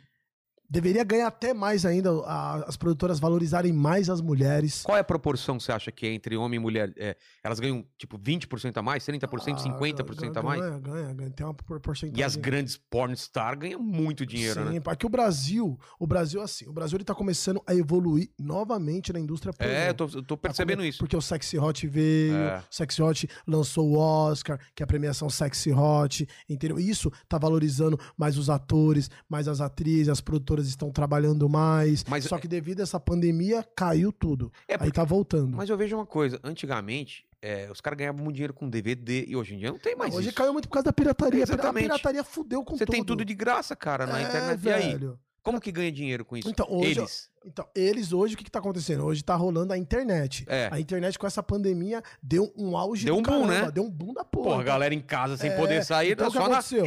deveria ganhar até mais ainda a- as produtoras valorizarem mais as mulheres.
Qual é a proporção, você acha, que é entre homem e mulher? É, elas ganham, tipo, 20% a mais, 30%,
Ah,
50% a
ganha,
mais?
Ganha, ganha, ganha. Tem uma por- porcentagem.
E as grandes pornstar ganham muito dinheiro, né?
Sim, porque o Brasil, o Brasil assim, o Brasil ele tá começando a evoluir novamente na indústria
É,
pornô.
eu tô, eu tô
Tá
percebendo
come-
isso.
Porque o Sexy Hot veio,
É.
o Sexy Hot lançou o Oscar, que é a premiação Sexy Hot, entendeu? Isso tá valorizando mais os atores, mais as atrizes, as produtoras estão trabalhando mais.
Mas-
Só que devido a essa pandemia, caiu tudo.
É,
Aí tá voltando.
Mas eu vejo uma coisa, antigamente, é, os caras ganhavam muito dinheiro com DVD e hoje em dia não tem mais
Hoje
isso.
caiu muito por causa da pirataria. A pira-
Exatamente.
A pirataria fudeu com
Você
tudo.
tem tudo de graça, cara, na
É,
internet. E aí,
velho.
como que ganha dinheiro com isso?
Então, hoje,
Eles.
Então, eles hoje, o que, que tá acontecendo? Hoje tá rolando a internet.
É.
A internet com essa pandemia deu um auge
Deu
do
um boom,
caramba,
né?
Deu um boom da porra.
Porra, a galera em casa sem
É,
poder sair,
então
tá
o que
só na...
aconteceu?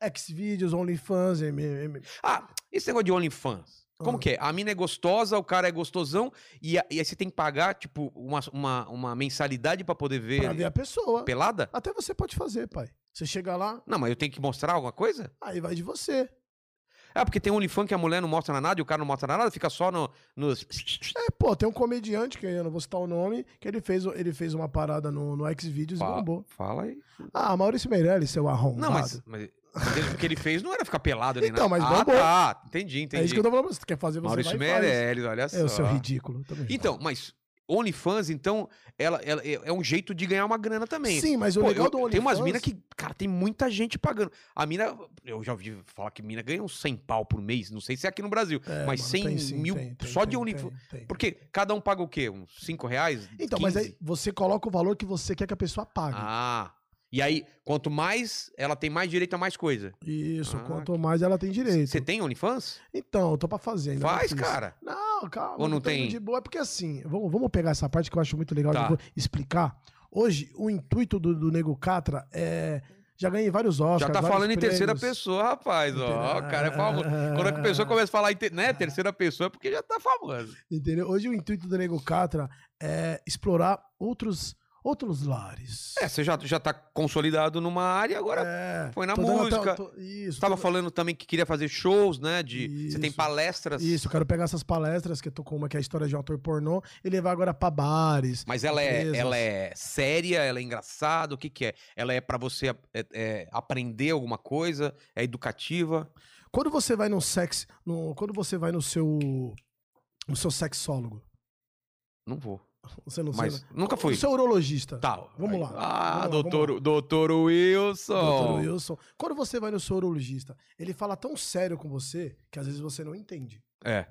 É, Xvideos, OnlyFans, MM.
Ah, esse negócio de OnlyFans. Como
Ah.
que é? A mina é gostosa, o cara é gostosão, e, a- e aí você tem que pagar, tipo, uma, uma, uma mensalidade pra poder ver,
Pra ver a pessoa.
pelada?
Até você pode fazer, pai. Você chega lá,
Não, mas eu tenho que mostrar alguma coisa?
aí vai de você.
É, porque tem OnlyFans que a mulher não mostra nada e o cara não mostra nada, fica só no, nos...
É, pô, tem um comediante, que eu não vou citar o nome, que ele fez, ele fez uma parada no, no Xvideos e
Fala,
bombou.
fala aí.
Ah, Maurício Meirelles, seu arrombado.
Não, mas, mas, mas ele- o que ele fez não era ficar pelado nem
Então,
nada.
mas
ah,
bombou.
tá. Entendi, entendi.
É isso que eu tô falando pra você. Quer fazer, você
Maurício
vai e faz.
Meirelles, olha só.
É o seu ridículo. também.
Então, mas OnlyFans, então, ela, ela- é é um jeito de ganhar uma grana também.
Sim, mas o
Pô,
legal
eu-
do OnlyFans...
Tem umas minas que, cara, tem muita gente pagando. A mina, eu já ouvi falar que mina ganha uns 100 pau por mês. Não sei se é aqui no Brasil,
É,
mas
mano,
100
tem sim,
mil
tem, tem,
só de
tem,
OnlyFans.
tem, tem.
Porque cada um paga o quê? Uns 5 reais?
Então, mas
15?
aí você coloca o valor que você quer que a pessoa pague.
Ah, e aí, quanto mais, ela tem mais direito a mais coisa.
Isso,
Ah,
quanto mais ela tem direito.
Você tem OnlyFans?
Então, eu tô pra fazer. ainda não
Faz,
fiz.
cara.
Não, calma.
Ou não
eu tô indo
tem?
De boa, é porque assim, vamos, vamos pegar essa parte que eu acho muito legal
Tá.
de vou explicar. Hoje, o intuito do, do Nego Catra é... Já ganhei vários Oscars,
Já tá
vários
falando em terceira
prêmios.
pessoa, rapaz. Ó, o cara é famoso. Quando a pessoa começa a falar em te- né, terceira pessoa, é porque já tá famoso.
Entendeu? Hoje o intuito do Nego Catra é explorar outros, outros lares.
É, você já, já tá consolidado numa área, agora
É,
foi na
tô dando até-
música.
tô- isso.
Você tava
tô-
falando também que queria fazer shows, né? De, Você tem
Isso.
palestras.
Isso, eu quero pegar essas palestras que eu tô com uma que é a história de um ator pornô e levar agora pra bares.
Mas ela é,
empresas.
ela é séria, ela é engraçada, o que que é? Ela é pra você é, é, aprender alguma coisa, é educativa.
Quando você vai no sex, no, quando você vai no seu no seu sexólogo,
Não vou.
você não
mas
sei, né?
nunca fui.
No seu urologista.
Tá,
Vamos
aí-
lá.
Ah,
Vamos lá,
doutor, doutor Wilson.
Doutor Wilson, quando você vai no seu urologista, ele fala tão sério com você que às vezes você não entende.
É,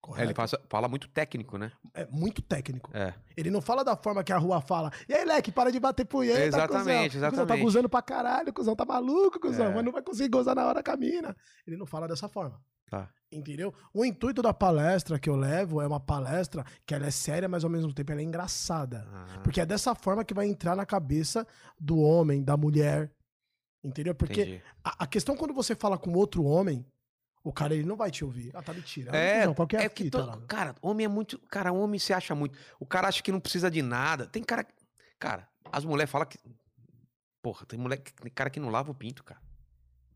Correto?
ele passa- fala, muito técnico, né?
É muito técnico.
É.
Ele não fala da forma que a rua fala. E aí, Leque, para de bater punheta,
Exatamente,
cuzão. Cuzão tá
exatamente.
gozando pra caralho, cuzão tá maluco, cuzão.
É.
Mas não vai conseguir gozar na hora com a mina. Ele não fala dessa forma.
Tá.
Entendeu? O intuito da palestra que eu levo é uma palestra que ela é séria, mas ao mesmo tempo ela é engraçada.
Ah,
Porque é dessa forma que vai entrar na cabeça do homem, da mulher. Entendeu? Porque
entendi.
a, a questão quando você fala com outro homem, o cara ele não vai te ouvir. Ah, tá mentira.
É,
não, qualquer
é que to- cara, homem é muito, cara, homem se acha muito. O cara acha que não precisa de nada. Tem cara, cara, as mulheres falam que Porra, tem mulher, que- tem cara que não lava o pinto, cara.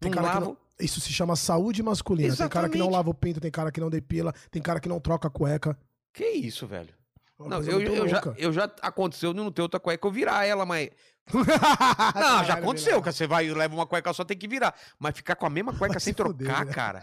Tem
não
cara que
lava.
não- Isso se chama saúde masculina. Tem cara que não
Exatamente.
lava o pinto, tem cara que não depila, tem cara que não troca a cueca.
Que isso, velho?
É uma
não,
coisa
eu,
muito
eu já,
louca.
eu já aconteceu de não ter outra cueca eu virar ela, mas não, já
Caralho,
aconteceu,
Vilar.
cara, você vai e leva uma cueca só tem que virar, mas ficar com a mesma cueca
Mas
sem
se fuder,
trocar,
né?
cara.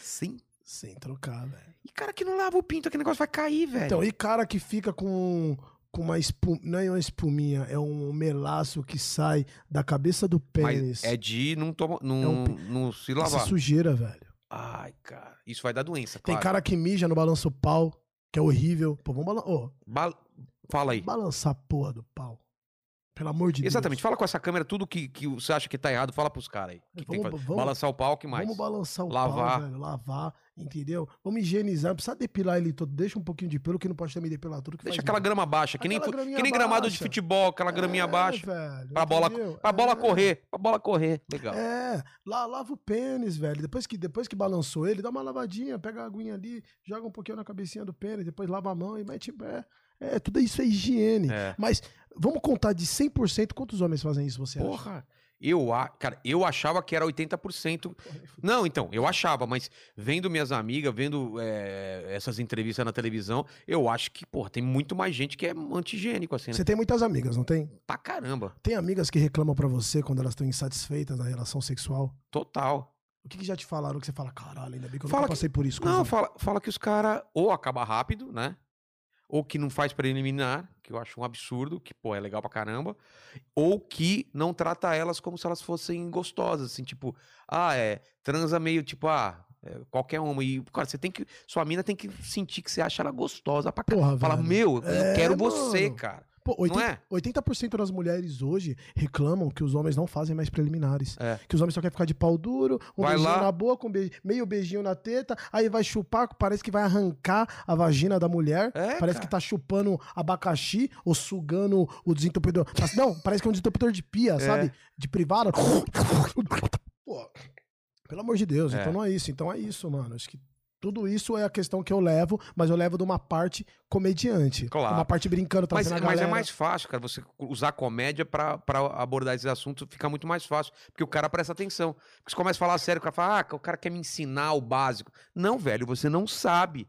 Sim.
Sem trocar, velho.
E cara que não lava o pinto, aquele negócio vai cair, velho.
Então, e cara que fica com, com uma espuminha. Não é uma espuminha, é um melaço que sai da cabeça do pênis.
mas é de não toma,
É
não,
um
não se
Essa
lavar.
sujeira, velho.
Ai, cara, isso vai dar doença,
Tem
claro.
cara que mija no balanço pau, que é horrível. Pô, vamos balan... ô,
Bal- Fala aí.
balançar a porra do pau. Pelo amor de
Exatamente. Fala com essa câmera tudo que, que você acha que tá errado, fala pros caras aí. O que tem que
Vamos-
fazer?
vamos-
Balançar o pau, que
Deus.
mais?
Vamos balançar o
Lavar.
pau, velho. Lavar, entendeu? Vamos higienizar. Não precisa depilar ele todo. Deixa um pouquinho de pelo, que não pode também depilar tudo. Que
Deixa
faz
aquela grama baixa, que nem, fu-
Aquela
que
graminha
nem gramado de
baixa.
futebol, aquela graminha
É,
baixa.
velho,
Pra bola-
entendeu?
Pra bola
É.
correr, pra bola correr. Legal.
É, lá, lava o pênis, velho. Depois que, depois que balançou ele, dá uma lavadinha, pega a aguinha ali, joga um pouquinho na cabecinha do pênis, depois lava a mão e mete. É, é tudo isso é higiene.
É.
Mas vamos contar de 100% quantos homens fazem isso, você acha?
Porra. Eu, a- cara, eu achava que era 80%. Não, então, eu achava, mas vendo minhas amigas, vendo é, essas entrevistas na televisão, eu acho que, porra, tem muito mais gente que é antigênico, assim, né?
Você tem muitas amigas, não tem?
Pra caramba.
Tem amigas que reclamam pra você quando elas estão insatisfeitas na relação sexual?
Total.
O que, que já te falaram que você fala, caralho, ainda bem que eu
Fala
nunca
que-
passei por isso.
Não,
cuzão."
fala, fala que os caras ou acaba rápido, né? Ou que não faz preliminar, que eu acho um absurdo, que, pô, é legal pra caramba. Ou que não trata elas como se elas fossem gostosas, assim, tipo, ah, é, transa meio, tipo, ah, é, qualquer uma. E, cara, você tem que, sua mina tem que sentir que você acha ela gostosa pra caramba.
Porra,
Fala,
velho.
meu, eu
É,
quero
mano.
você, cara.
Pô, 80,
Não é?
80% das mulheres hoje reclamam que os homens não fazem mais preliminares.
É.
Que os homens só querem ficar de pau duro, um
Vai
beijinho
lá.
na boca, um be- meio beijinho na teta, aí vai chupar, parece que vai arrancar a vagina da mulher.
É,
Parece que
cara.
tá chupando abacaxi ou sugando o desentupidor. Mas Não, parece que é um desentupidor de pia, sabe? De privada. Pô, pelo amor de Deus,
É.
então não é isso. Então é isso, mano. Acho que tudo isso é a questão que eu levo, mas eu levo de uma parte comediante.
Claro.
Uma parte brincando,
Mas,
trazendo Tá a
mas é
galera.
mais fácil, cara, você usar comédia pra, pra abordar esses assuntos, fica muito mais fácil, porque o cara presta atenção. Porque você começa a falar sério, o cara fala, ah, o cara quer me ensinar o básico. Não, velho, você não sabe.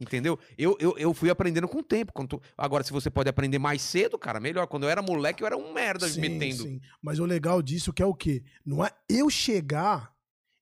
Entendeu? Eu, eu, eu fui aprendendo com o tempo. quando tu- Agora, se você pode aprender mais cedo, cara, melhor. Quando eu era moleque, eu era um merda
Sim,
metendo.
sim. Mas o legal disso que é o quê? Não é eu chegar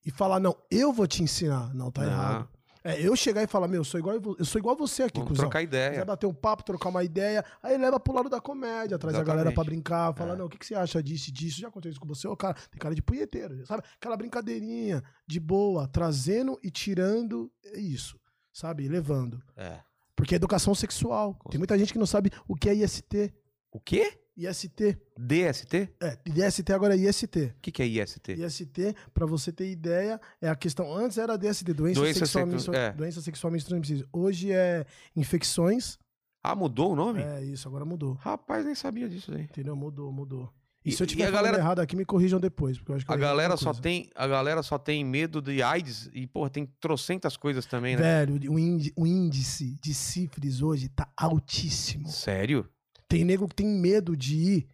e falar, não, eu vou te ensinar. Não, tá
Não.
errado. É eu chegar e falar, meu, eu sou igual, a vo- eu sou igual a você aqui,
Vamos
cuzão.
trocar
Quiser
ideia.
bater um papo, trocar uma ideia, aí leva pro lado da comédia, traz a
Exatamente.
galera pra brincar, fala,
É.
não, o que, que você acha disso e disso? Já aconteceu isso com você? Ô, cara, tem cara de punheteiro, sabe? Aquela brincadeirinha de boa, trazendo e tirando, é isso, sabe? E Levando.
É.
Porque é educação sexual. Tem muita gente que não sabe o que é IST.
O quê?
IST.
DST?
É, IST agora é IST.
O que, que é IST?
IST, pra você ter ideia, é a questão. Antes era DST, doença,
Doença
sexualmente
sexu- é.
doença sexualmente transmissível. Hoje é infecções.
Ah, mudou o nome?
É isso, agora mudou.
Rapaz, nem sabia disso aí.
Entendeu? Mudou, mudou. E,
E-
se eu
e
tiver
a
falando
galera-
errado aqui, me corrijam depois, porque eu acho que eu
A
errei
galera,
alguma
só
é coisa.
tem, a galera só tem medo de AIDS e, porra, tem trocentas coisas também, né?
Velho, o índice, o índice de sífilis hoje tá altíssimo.
Sério?
Tem nego que tem medo de ir,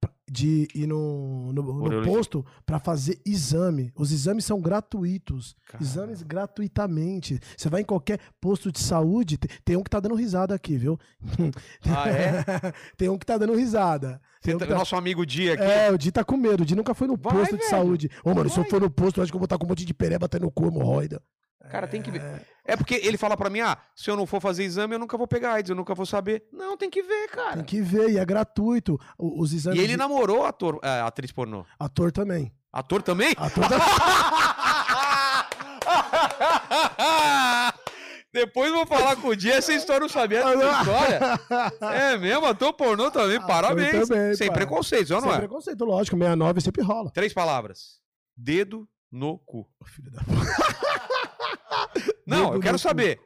pra- de ir no, no- no
Urologia.
posto pra fazer exame. Os exames são gratuitos.
Tá.
Exames gratuitamente. Você vai em qualquer posto de saúde, te- tem, um que tá dando risada aqui, viu?
Ah, é?
tem um que tá dando risada. Tem um
Tá-
que tá-
Nosso amigo Dia aqui.
É, o Di tá com medo. O Di nunca foi no
Vai,
posto de
velho.
saúde. Ô, mano, se eu
Vai.
for no posto, eu acho que eu vou estar com um monte de pereba até no cu, hemorroida.
Cara, tem que ver. É porque ele fala pra mim, ah, se eu não for fazer exame, eu nunca vou pegar AIDS, eu nunca vou saber. Não, tem que ver,
Tem
cara.
que ver, e é gratuito. O- Os exames.
E ele
de-
namorou ator, é, atriz pornô.
Ator também.
Ator também?
Ator também. Ah.
Depois eu vou falar com o Dia, essa história eu não sabia dessa história. É mesmo, ator pornô também,
Ator
parabéns.
também,
Sem
pai.
preconceito, só não
Sem
é?
preconceito, lógico. 69 sempre rola.
Três palavras. Dedo no cu.
Ô, Filho da puta.
Não,
Dedo
eu quero
no cu.
saber.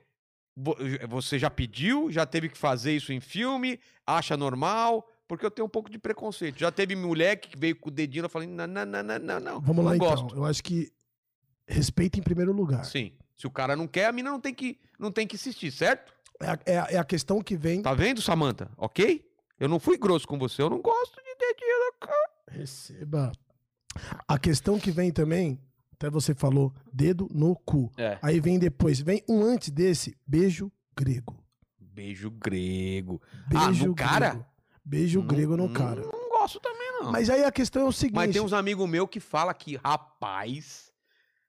Vo- eh, Você já pediu? Já teve que fazer isso em filme? Acha normal? Porque eu tenho um pouco de preconceito. Já teve mulher que veio com o dedinho e falando: não, não, não, não, não, não.
Vamos lá,
não
então. Tá.
gosto.
Eu acho que respeito em primeiro lugar.
Sim. Se o cara não quer, a mina não tem que, não tem que insistir, certo?
É a, é a- é a questão que vem.
Tá vendo, Samantha? Ok? Eu não fui grosso com você, eu não gosto de dedinho.
Receba. A questão que vem também, até você falou, dedo no cu.
É.
Aí vem depois, vem um antes desse, beijo grego.
Beijo grego. Ah, no
Beijo
cara?
grego. Beijo
Não-
grego no
não-
cara.
Não gosto também, não.
Mas aí a questão é o seguinte.
Mas tem uns amigos meus que fala que, rapaz,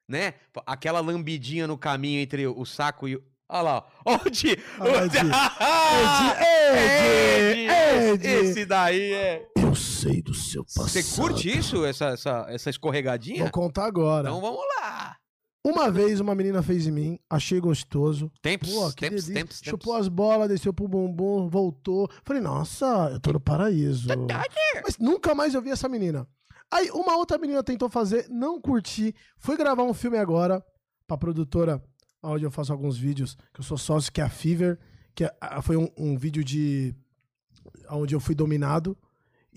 né? Aquela lambidinha no caminho entre o saco e o. Olha lá, ó. Ó, o Di.
Olha lá,
O
o Di.
Di.
Ed,
Ed,
Ed,
Esse daí é.
Eu sei do seu passado.
Você curte isso, essa, essa, essa escorregadinha?
Vou contar agora.
Então vamos lá.
Uma vez uma menina fez em mim, achei gostoso.
Tempos,
Pô, que
tempos,
delícia.
tempos,
Chupou
tempos.
as bolas, desceu pro bumbum, voltou. Falei, nossa, eu tô no paraíso. Mas nunca mais eu vi essa menina. Aí uma outra menina tentou fazer, não curti. Fui gravar um filme agora pra produtora, onde eu faço alguns vídeos, que eu sou sócio, que é a Fever, que é- ah, foi um, um vídeo de. onde eu fui dominado.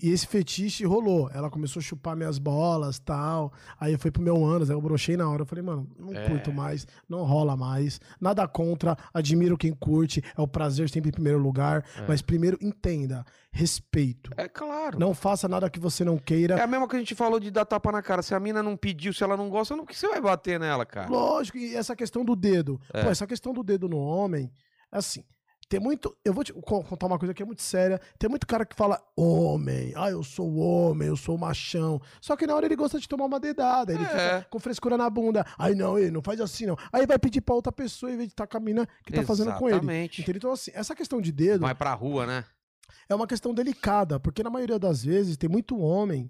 E esse fetiche rolou. Ela começou a chupar minhas bolas tal. Aí eu fui pro meu ânus, aí eu brochei na hora. Eu falei, mano, não
É.
curto mais, não rola mais. Nada contra, admiro quem curte. É o prazer sempre em primeiro lugar.
É.
Mas primeiro, entenda, respeito.
É claro.
Não faça nada que você não
É
queira.
a mesma que a gente falou de dar tapa na cara. Se a mina não pediu, se ela não gosta, não, por que você vai bater nela, cara?
Lógico, e essa questão do dedo.
Ah. É.
Pô, essa questão do dedo no homem, assim, tem muito. Eu vou te co- contar uma coisa que é muito séria. Tem muito cara que fala, homem, ah, eu sou homem, eu sou machão. Só que na hora ele gosta de tomar uma dedada, ele
É.
fica com frescura na bunda. Aí não, ele não faz assim, não. Aí vai pedir pra outra pessoa em vez de estar com a mina que tá fazendo com ele.
Exatamente.
Entendeu? Então, assim, essa questão de dedo
Vai pra rua, né?
é uma questão delicada, porque na maioria das vezes tem muito homem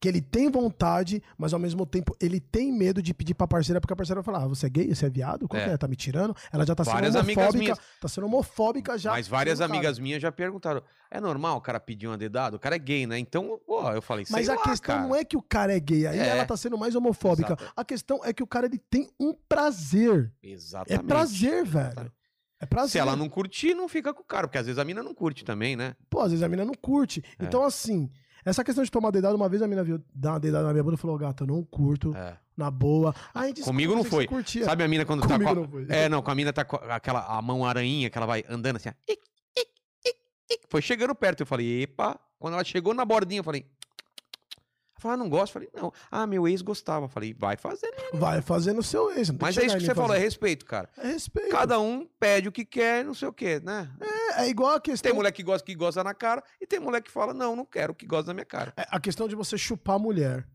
que ele tem vontade, mas ao mesmo tempo ele tem medo de pedir pra parceira, porque a parceira vai falar: ah, você é gay, você é viado, qual
É.
que é? Tá me tirando? Ela já tá
Várias
sendo
amigas
homofóbica,
minhas.
tá sendo homofóbica já. tá
Mas várias
sendo cara.
amigas minhas já perguntaram: é normal o cara pedir uma dedada? O cara é gay, né? Então, pô, eu falei, sei
Mas a
lá,
questão
cara.
não é que o cara é gay, aí
É.
ela tá sendo mais homofóbica.
Exato.
A questão é que o cara ele tem um prazer. É
Exatamente.
prazer, velho.
Exatamente.
É prazer.
Se ela não curtir, não fica com o cara, porque às vezes a mina não curte também, né?
Pô, às vezes a mina não curte.
É.
Então, assim, essa questão de tomar dedada, uma vez a mina viu dar uma dedada na minha bunda e falou, gata, eu não curto.
É.
na boa. Ai, desculpa,
Comigo não
sei que
foi.
você Curtia.
Sabe a mina quando
Comigo
tá com a...
não foi.
É, não, com a mina tá com aquela a mão aranha que ela vai andando assim. ó, ic, ic, ic, ic. Foi chegando perto, eu falei, epa. Quando ela chegou na bordinha, eu falei. Ela falou, ah, não gosto. Eu falei, não. Ah, meu ex gostava. Eu falei, vai fazer. né?
Vai fazendo o seu ex. não tem
Mas é isso
chegar
que
em
você
fazer.
falou, é respeito, cara.
É respeito.
Cada um pede o que quer, não sei o quê, né?
É, é igual a
Tem
questão.
moleque que gosta que gosta na cara, e tem moleque que fala, não, não quero que gosta da minha cara.
é a questão de você chupar a mulher.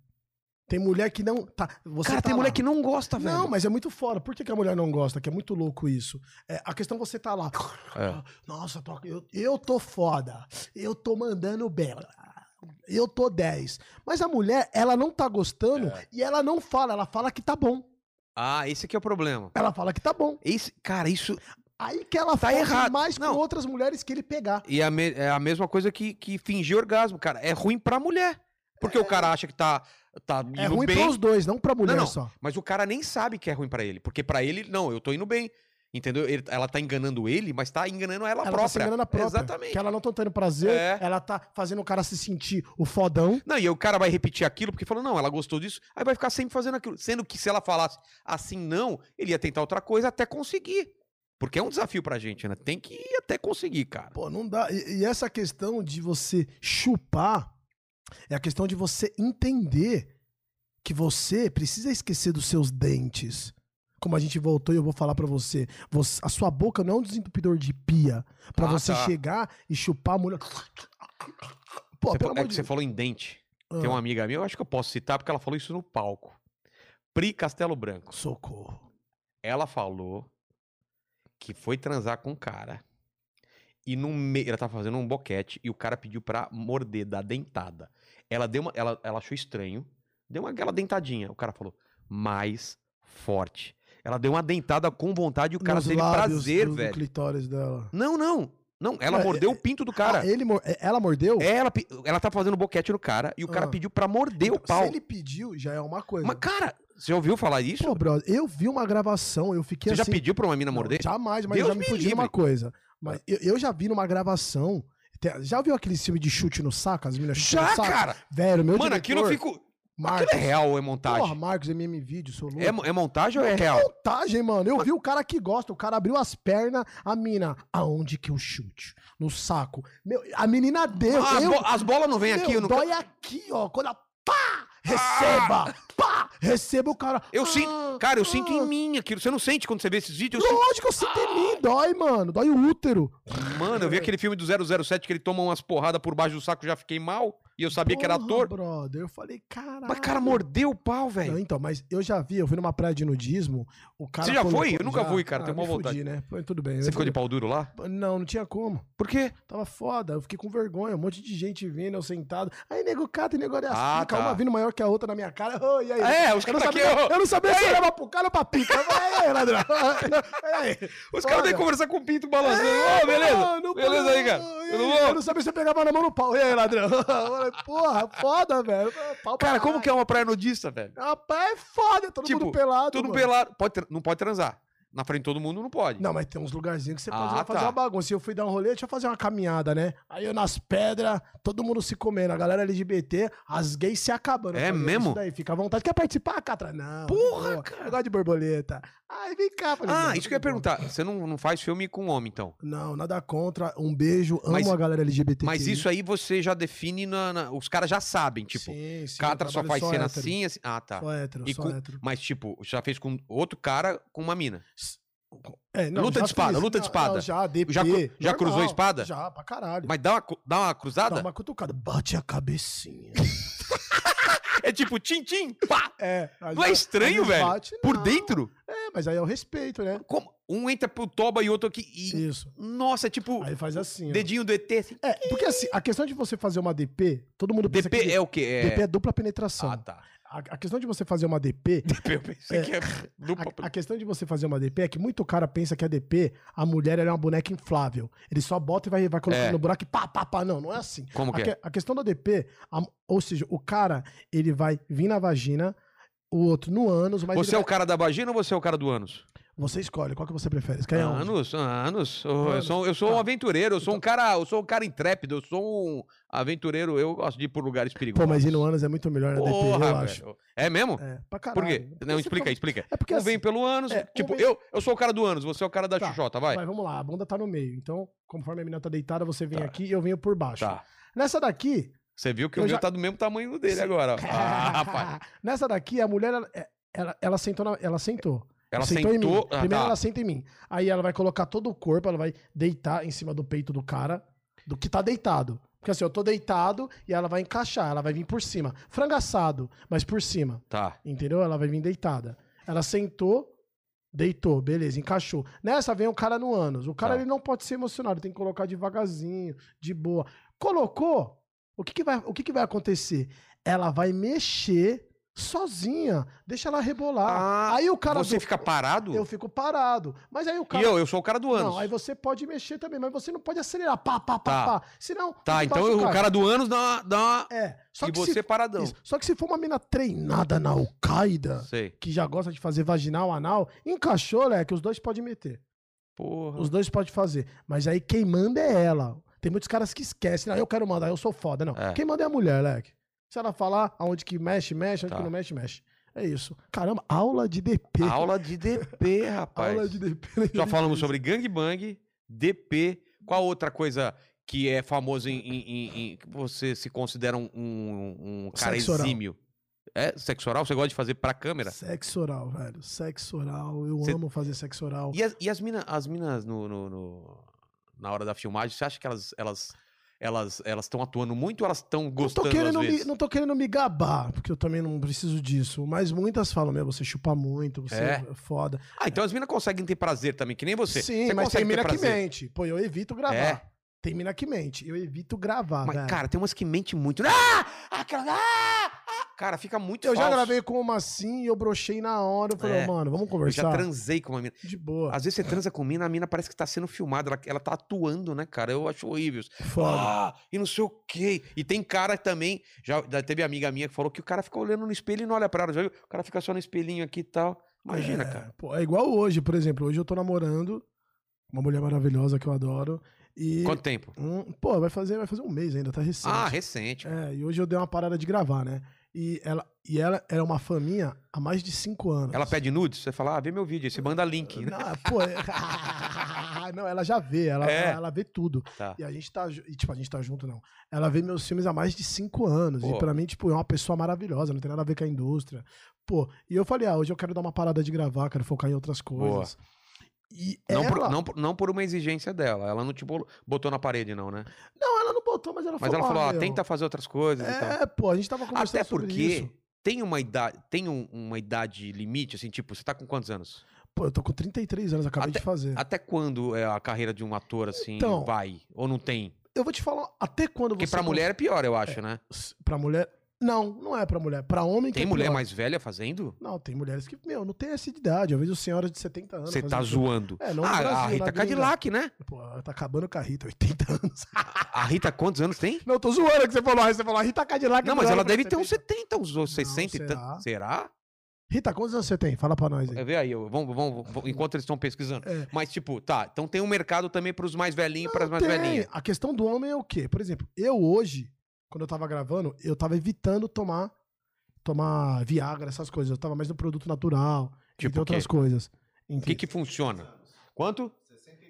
Tem mulher que não. Tá, você
cara,
tá
tem
lá.
moleque que não gosta, velho.
Não, mas é muito fora. Por que, que a mulher não gosta? Que é muito louco isso. É, a questão você tá lá.
É.
Nossa, tô- eu, eu tô foda. Eu tô mandando bem. Eu tô 10. Mas a mulher, ela não tá gostando
É.
e ela não fala. Ela fala que tá bom.
Ah, esse aqui é o problema.
Ela fala que tá bom.
Esse, cara, isso
Aí que ela
Tá
faz
errado.
mais com
Não.
outras mulheres que ele pegar.
E a me- é a mesma coisa que, que fingir orgasmo, cara. É ruim pra mulher. Porque o cara acha que tá, tá indo
É ruim
bem,
pros dois, não pra mulher
Não, não.
só.
mas o cara nem sabe que é ruim pra ele. Porque pra ele, não, eu tô indo bem. Entendeu? Ele- ela tá enganando ele, mas tá enganando ela,
Ela
própria.
tá se enganando a própria.
Exatamente.
Que ela não tá tendo prazer,
É.
ela tá fazendo o cara se sentir o fodão.
Não, e aí o cara vai repetir aquilo porque falou, não, ela gostou disso, aí vai ficar sempre fazendo aquilo. Sendo que se ela falasse assim, não, ele ia tentar outra coisa até conseguir. Porque é um desafio pra gente, né? Tem que ir até conseguir, cara.
Pô, não dá. E, e essa questão de você chupar é a questão de você entender que você precisa esquecer dos seus dentes. Como a gente voltou e eu vou falar pra você, você- a sua boca não é um desentupidor de pia Pra
Ah,
você
tá.
chegar e chupar a mulher. Pô,
Você
pelo
fa- é
amor
que
de
você
Ah.
falou em dente.
Deus.
Tem uma amiga minha, eu acho que eu posso citar, porque ela falou isso no palco. Pri Castelo Branco.
Socorro.
Ela falou que foi transar com um cara. E no meio. Ela tava fazendo um boquete e o cara pediu pra morder, dar dentada. Ela deu uma. Ela, ela achou estranho. Deu uma aquela dentadinha. O cara falou, mais forte. Ela deu uma dentada com vontade e o cara
Nos
teve
lábios
prazer,
do, do
velho.
clitóris dela.
Não, não. Não, ela
Ah, é-
mordeu o pinto do cara.
Ah, ele, mor- é- ela mordeu?
Ela, pe- ela tá fazendo boquete no cara e o cara
Ah.
pediu pra morder o
Então,
pau.
Se ele pediu, já é uma coisa.
Mas, cara, você já ouviu falar isso?
Pô, brother, eu vi uma gravação, eu fiquei
você já
assim...
pediu pra uma mina morder?
Não, Jamais, mas
Deus
eu já
me
me fudi
livre.
numa coisa. Mas eu, eu já vi numa gravação... te- Já viu aquele filme de chute no saco? As meninas chutam
Já,
no saco?
cara!
Velho, meu
Mano, aquilo eu
diretor,
fico. Aquilo
Marcos,
é real ou é
Porra,
montagem?
Marcos, MM Vídeo, sou louco.
É, mo- é montagem ou é real?
montagem, mano. Eu vi o cara que gosta. O cara abriu as pernas, a mina... Aonde que eu chute? No saco. Meu, a menina deu.
Ah, as,
eu
bo- as bolas não vêm
Meu,
aqui, eu não
dói aqui, ó. Quando a pá! Receba! Pá! Receba o cara.
Ah! Eu
Ah,
sinto. Cara, eu sinto em
ah.
mim aquilo. Você não sente quando você vê esses vídeos? Eu
Lógico, eu sinto em
Ah!
mim. Dói, mano. Dói o útero.
sinto. Mano, eu vi aquele filme do 007 que ele toma umas porradas por baixo do saco já fiquei mal. E eu sabia que era
Porra,
ator.
brother. Eu falei, caralho.
Mas, cara, mordeu o pau,
Não,
velho.
então, mas eu já vi, eu fui numa praia de nudismo, o cara...
Você já
colocou-
foi? Eu nunca fui, cara, tenho
me
maior vontade.
fudi, né? Foi, tudo bem.
Você
eu
ficou de
fui-
pau duro lá?
Não, não tinha como.
Por quê?
Tava foda, eu fiquei com vergonha, um monte de gente vindo, eu sentado. Aí nego cata e nego olha
Ah,
assim,
tá.
uma vindo maior que a outra na minha cara. Ô, e aí?
É, os
eu, não
caras aqui,
sabia,
ó.
eu não sabia se eu olhava pro cara ou pra pica. Eu falei, "Ei, ladrão. Ei,
Os caras
olha. É,
têm que conversar com o pinto balançando. Ô, beleza.
Mano,
beleza aí, cara.
mano,
Eu não
ei,
vou.
Eu não sabia se eu pegava na mão no pau. E aí, ladrão? Eu falei, Porra, foda, velho. Pau pra
Cara, como
caralho.
que é uma praia nudista, velho?
Rapaz, é foda, todo
Tipo,
mundo pelado.
Tudo
mano.
pelado. Pode tra- Não pode transar. Na frente de todo mundo não pode.
Não, mas tem uns lugarzinhos que você pode
Ah,
lá fazer
tá.
uma bagunça. E Eu fui dar um rolê, deixa eu fazer uma caminhada, né? Aí eu nas pedras, todo mundo se comendo. A galera LGBT, as gays se acabando. Eu
É
falei,
mesmo?
Isso daí, fica à vontade. Quer participar, Catra? Não.
Porra,
não,
cara.
Eu gosto de borboleta. Ai, vem cá. Falei,
Ah,
não,
isso que eu ia
tudo bom.
perguntar. Você não, não faz filme com homem, então.
Não, nada contra. Um beijo. Amo
Mas-
a galera LGBT.
Mas isso aí você já define na. na- Os caras já sabem, tipo.
sim, sim,
Catra
eu
só
trabalho
faz cena
hétero.
assim, assim. Ah, tá.
Só hétero,
E
só
com-
hétero.
Mas, tipo, já fez com outro cara com uma mina.
É,
Luta
já
de espada,
fiz.
luta de
Não,
espada.
não, já, DP,
Já cru- já
normal.
cruzou a espada?
Já, pra caralho.
Mas dá uma, cu- dá uma cruzada?
Dá uma cutucada. Bate a cabecinha.
É tipo, tim-tim, pá!
É,
Não é estranho, velho? Por
dentro.
dentro?
É, mas aí é o respeito, né?
Como? Um entra pro toba e outro aqui. E...
Isso.
Nossa, é tipo,
Aí faz assim. ó.
dedinho do ET. assim.
É, porque assim, a questão de você fazer uma DP, todo mundo pensa
DP
que
é o quê? É...
DP é dupla penetração.
Ah, tá.
a, a questão de você fazer uma DP,
DP, eu pensei que é dupla.
a, a questão de você fazer uma DP é que muito cara pensa que a DP, a mulher ela é uma boneca inflável. Ele só bota e vai, vai colocando
É.
no buraco e pá, pá, pá. Não, não é assim.
Como que
a,
é?
que- a questão da DP, a- ou seja, o cara, ele vai vir na vagina, o outro no ânus, mas
Você é
ele
o cara da vagina ou você é o cara do ânus?
vai- você escolhe, qual que você prefere? Você
Ah,
quer um? aonde?
Anos, anos. Eu, eu
Anos.
sou, eu sou um
Tá.
aventureiro, eu sou um cara, eu sou um cara intrépido, eu sou um aventureiro, eu gosto de ir por lugares
Pô,
perigosos.
mas ir no ânus é muito melhor na DP, eu
Porra,
acho.
velho. É mesmo?
É, pra caralho.
Por quê?
Porque
Não,
você
explica aí, explica.
É porque
um
assim,
vem pelo ânus,
é, um
tipo,
vem-
eu, eu sou o cara do ânus, você é o cara da
Tá,
Xuxota, vai.
vai, vamos lá, a bunda tá no meio. Então, conforme a menina tá deitada, você vem aqui e eu venho por baixo.
Tá.
Nessa daqui,
Você viu que
Eu
o meu
já-
tá do mesmo tamanho do dele agora. ó. Ah, rapaz.
nessa daqui a mulher ela, é, ela, ela sentou, na- ela sentou.
Ela
sentou, em mim.
sentou. Ah,
Primeiro
tá.
ela senta em mim. Aí ela vai colocar todo o corpo, ela vai deitar em cima do peito do cara, do que tá deitado. Porque assim, eu tô deitado e ela vai encaixar, ela vai vir por cima. Frangaçado, mas por cima.
Tá.
Entendeu? Ela vai vir deitada. Ela sentou, deitou, beleza, encaixou. Nessa vem o cara no ânus. O cara
Tá.
ele não pode ser emocionado, tem que colocar devagarzinho, de boa. Colocou, o que, que, vai, o que, que vai acontecer? Ela vai mexer sozinha, deixa ela rebolar.
Ah,
aí o cara.
você
do-
fica parado?
Eu fico parado. Mas aí o cara.
E eu, eu sou o cara do ânus.
Não, aí você pode mexer também, mas você não pode acelerar. Pá, pá, pá,
Tá.
pá. Senão.
Tá,
ele
então
bate
eu- o cara do ânus dá uma. Dá uma...
É. assim, Só
e
que,
você
se,
paradão.
isso, só que se for uma mina treinada na Al-Qaeda
Sei.
que já gosta de fazer vaginal, anal, encaixou, Leque, os dois podem meter.
Porra.
Os dois podem fazer. Mas aí quem manda é ela. Tem muitos caras que esquecem. Não, eu quero mandar, eu sou foda. Não.
É.
Quem manda é a mulher, Leque. Se ela falar aonde que mexe, mexe, onde
Tá.
que não mexe, mexe. É isso. Caramba, aula de DP.
Aula de DP, rapaz.
Aula de DP.
Já falamos sobre gangbang, DP. Qual outra coisa que é famosa em, em- em- em- que você se considera um, um, um cara
Sexo oral.
exímio? É? Sexo oral? Você gosta de fazer pra câmera?
Sexo oral, velho. Sexo oral. Eu
Cê-
amo fazer sexo oral.
E é as, e as minas, as minas no, no- no- na hora da filmagem, você acha que elas elas elas elas estão atuando muito ou elas estão
Tô
gostando às
querendo me,
vezes?
não tô querendo me gabar, porque eu também não preciso disso. Mas muitas falam, meu, você chupa muito, você
É?
é foda.
Ah, então as minas conseguem ter prazer também, que nem você.
Sim,
você
mas tem
consegue ter
mina que
prazer.
mente. Pô, eu evito gravar.
É.
Tem mina que mente. Eu evito gravar,
Mas,
Ah, velho.
cara, tem umas que mentem muito. Ah! Aquela. Ah! ah! Cara, fica muito
eu já
falso.
gravei com uma assim e eu brochei na hora. Eu falei,
É.
"Ô, mano, vamos
Eu já
conversar.
transei com uma mina.
De boa.
Às vezes você transa com mina, a mina parece que tá sendo filmada, ela, ela tá atuando, né, cara? Eu acho horrível.
Foda.
Ah, e não sei o quê. E tem cara também, já, já teve amiga minha que falou que o cara fica olhando no espelho e não olha pra ela, já viu? O cara fica só no espelhinho aqui e tal. Imagina,
É,
cara.
Pô, é igual hoje, por exemplo. Hoje eu tô namorando uma mulher maravilhosa que eu adoro. E.
Quanto tempo?
Hum, pô, vai fazer, vai fazer um mês ainda, tá recente.
Ah, recente.
É, e hoje eu dei uma parada de gravar, né? E ela, e ela era uma faminha há mais de cinco anos.
Ela pede nudes, você fala, ah, vê meu vídeo, aí você manda link, né?
Não, pô, é- não, ela já vê, ela,
É.
ela vê tudo.
Tá.
E a gente tá, ju- e, tipo, a gente tá junto, não. Ela vê meus filmes há mais de cinco anos.
Pô.
E pra mim, tipo, é uma pessoa maravilhosa, não tem nada a ver com a indústria. Pô, e eu falei, ah, hoje eu quero dar uma parada de gravar, quero focar em outras coisas. E
Não
ela...
por, não, por- não por uma exigência dela. Ela não, tipo, botou na parede, não, né?
Não, ela não botou, mas ela
Mas
falou.
ela falou,
"Ah,
ó,
meu,
tenta fazer outras coisas e tal.
É, pô, a gente tava conversando
Até
sobre
porque
isso.
tem uma idade, tem um- uma idade limite, assim, tipo, você tá com quantos anos?
Pô, eu tô com 33 anos, acabei de fazer.
Até quando é, a carreira de um ator, assim,
Então.
vai? Ou não tem?
Eu vou te falar até quando
Porque
você.
pra mulher é pior, eu acho, né?
cons- Pra mulher. Não, não é pra mulher. Pra homem que
Tem
é
mulher
pior.
mais velha fazendo?
Não, tem mulheres que, meu, não tem essa idade. Eu vejo senhoras é de 70 anos.
Você
fazendo
tá
filme.
zoando.
É, não no
ah, a
Brasil, na
Rita
gringa.
Cadillac, né?
Pô, ela tá acabando com a Rita, 80 anos.
A Rita, quantos anos tem?
Não, eu tô zoando que você falou. Aí você falou, a Rita Cadillac.
Não,
não
mas
era
ela
pra
deve ter uns
70.
70, uns 60 e
será?
tanto. Será?
Rita, quantos anos você tem? Fala pra nós aí.
É, Vê aí, eu- vamos, vamos, vamos- enquanto eles estão pesquisando.
É.
Mas, tipo, tá, então tem um mercado também pros mais velhinhos e pras mais
Tem.
velhinhas.
A questão do homem é o quê? Por exemplo, eu hoje, quando eu tava gravando, eu tava evitando tomar tomar Viagra, essas coisas. Eu tava mais no produto natural,
Tipo
entre
o quê?
outras coisas.
O que
Entre...
que é funciona? Quanto?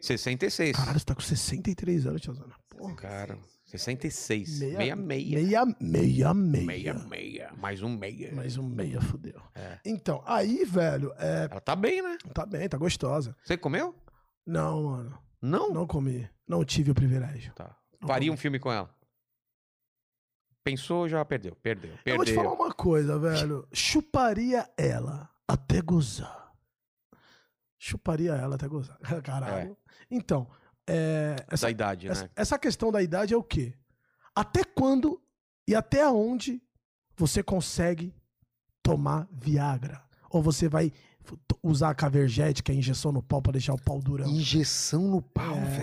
66.
Caralho, você tá com 63 anos, tiozana. Porra.
Cara, 66. Meia, meia.
Meia, meia, meia.
Meia, meia. Mais um meia.
Mais um meia, fudeu.
É.
Então, aí, velho, é...
Ela tá bem, né?
tá bem, tá gostosa.
Você comeu?
Não, mano,
Não?
não comi. Não tive o privilégio.
Tá.
Não
Faria
comi.
um filme com ela. Pensou, já perdeu. Perdeu,
Eu vou te falar
perdeu.
uma coisa, velho. Chuparia ela até gozar. Chuparia ela até gozar. Caralho. Então, é, essa,
Da idade,
essa,
né?
essa questão da idade é o quê? Até quando e até onde você consegue tomar Viagra? Ou você vai f- t- usar a cavergete, que é a injeção no pau pra deixar o pau
né?
durão?
Injeção no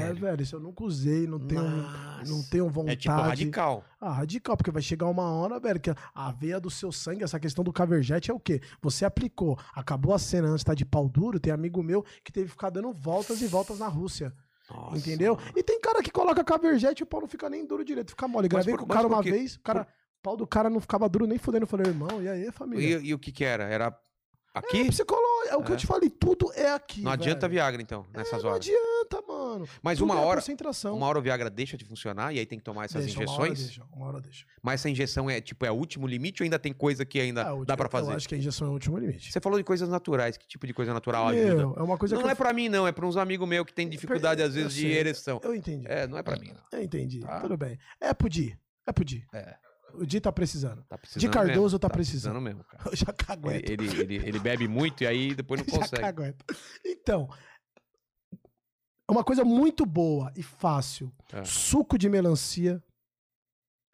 é, velho. isso eu nunca usei, não tenho,
Nossa.
não tenho vontade.
É tipo radical.
Ah, radical, porque vai chegar uma hora, velho, que a veia do seu sangue, essa questão do caverjete é o quê? Você aplicou, acabou a cena antes, tá de pau duro, tem amigo meu que teve que ficar dando voltas e voltas na Rússia,
Nossa.
entendeu? E tem cara que coloca caverjete e o pau não fica nem duro direito, fica mole. Gravei
por-
com o
mas
cara
por
uma
quê?
vez, o cara, o pau do cara não ficava duro nem fudendo. Eu falei, irmão, e aí, família?
E, e o que que era? Era aqui?
É psicológico, é o que
É.
eu te falei, tudo é aqui,
não adianta
velho. É,
Viagra, então, nessas
Não
horas.
adianta, mano.
Mas
Tudo
uma
é
hora,
concentração.
uma hora o Viagra deixa de funcionar e aí tem que tomar essas
Deixa, Uma hora
injeções.
deixa, uma hora deixa.
Mas essa injeção é tipo é o último limite ou ainda tem coisa que ainda
Ah, eu-
dá pra
Eu
fazer?
acho que a injeção é o último limite.
Você falou de coisas naturais. Que tipo de coisa natural ajuda?
Meu, é uma coisa que
não
eu
é pra mim, não. É pra uns amigos meus que têm dificuldade, às
eu
vezes, de
sei.
ereção.
Eu entendi.
É, não é pra mim, não.
Eu entendi.
Tá.
Tudo bem. É pro Di. É pro Di.
É.
O Di tá precisando.
Tá precisando
Cardoso
mesmo,
tá precisando.
mesmo, cara.
Eu já cago
Ele, ele, ele- ele bebe muito e aí depois não
Já
consegue.
caguento. Então, é uma coisa muito boa e fácil.
É.
Suco de melancia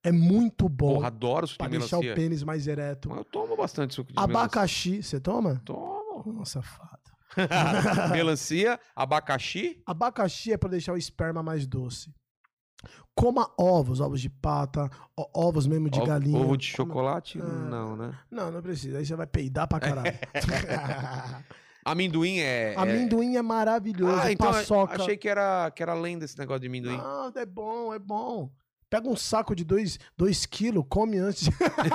é muito bom
Porra, adoro suco
pra
de
deixar o
melancia.
pênis mais ereto.
Eu tomo bastante suco de melancia.
Abacaxi, você toma?
Tomo.
Nossa, safado.
melancia, abacaxi.
Abacaxi é pra deixar o esperma mais doce. Coma ovos, ovos de pata, o- ovos mesmo de
ovo-
galinha.
Ovo de
Coma-
chocolate?
Ah.
Não, né?
Não, não precisa. Aí você vai peidar pra caralho.
Amendoim é. é-
Amendoim é maravilhoso.
Ah, então eu
paçoca.
achei que era, que era lenda esse negócio de amendoim.
Não, é bom, é bom. Pega um saco de 2 dois, quilos, come antes. de-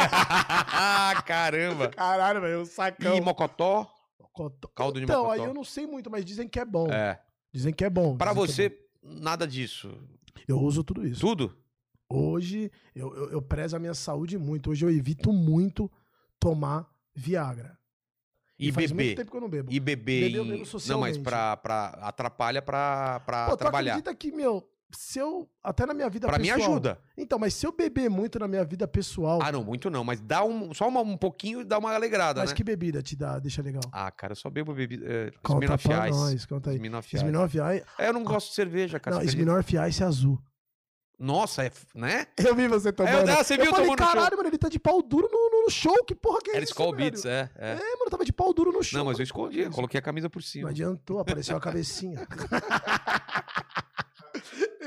Ah.
Caramba.
Caralho, velho, um sacão.
E mocotó?
Cotó-
Caldo de
Então, aí
mocotó.
eu não sei muito, mas dizem que é bom.
É.
Dizem que é bom.
Pra
dizem que é
você, nada disso.
bom. Eu uso tudo isso.
Tudo?
Hoje, eu, eu, eu prezo a minha saúde muito. Hoje eu evito muito tomar Viagra.
E
faz muito
beber.
tempo que eu não bebo.
E beber.
Beber eu
em-
bebo
Não, mas
socialmente.
pra, pra- atrapalha pra, pra
Pô, tu
ah, trabalhar.
acredita que, meu, se eu... Até na minha vida
Pra mim
pessoal...
ajuda.
Então, mas se eu beber muito na minha vida pessoal,
Ah, não, muito não. Mas dá um, só uma- um pouquinho e dá uma alegrada,
mas
né?
que bebida te dá, deixa legal?
Ah, cara, eu só bebo bebida. É,
Conta
Smirnoff
pra
Ice.
nós, conta aí.
Smirnoff Ice.
Smirnoff Ice.
É, eu não gosto de cerveja, cara.
Não,
você acredita?
Smirnoff Ice é azul.
Nossa, é, f- né?
Eu vi você
É, eu- ah, você
eu
viu eu
falei,
tomando no show?
caralho, mano, ele tá de pau duro no, no- no show, que porra que é
Era
isso,
Skull
velho?"
Beats, é. é.
É, mano, tava de pau duro no show.
Não, mas eu
Falei, "Pô,
escondia.
isso
Coloquei a camisa por cima.
Não adiantou, apareceu a cabecinha.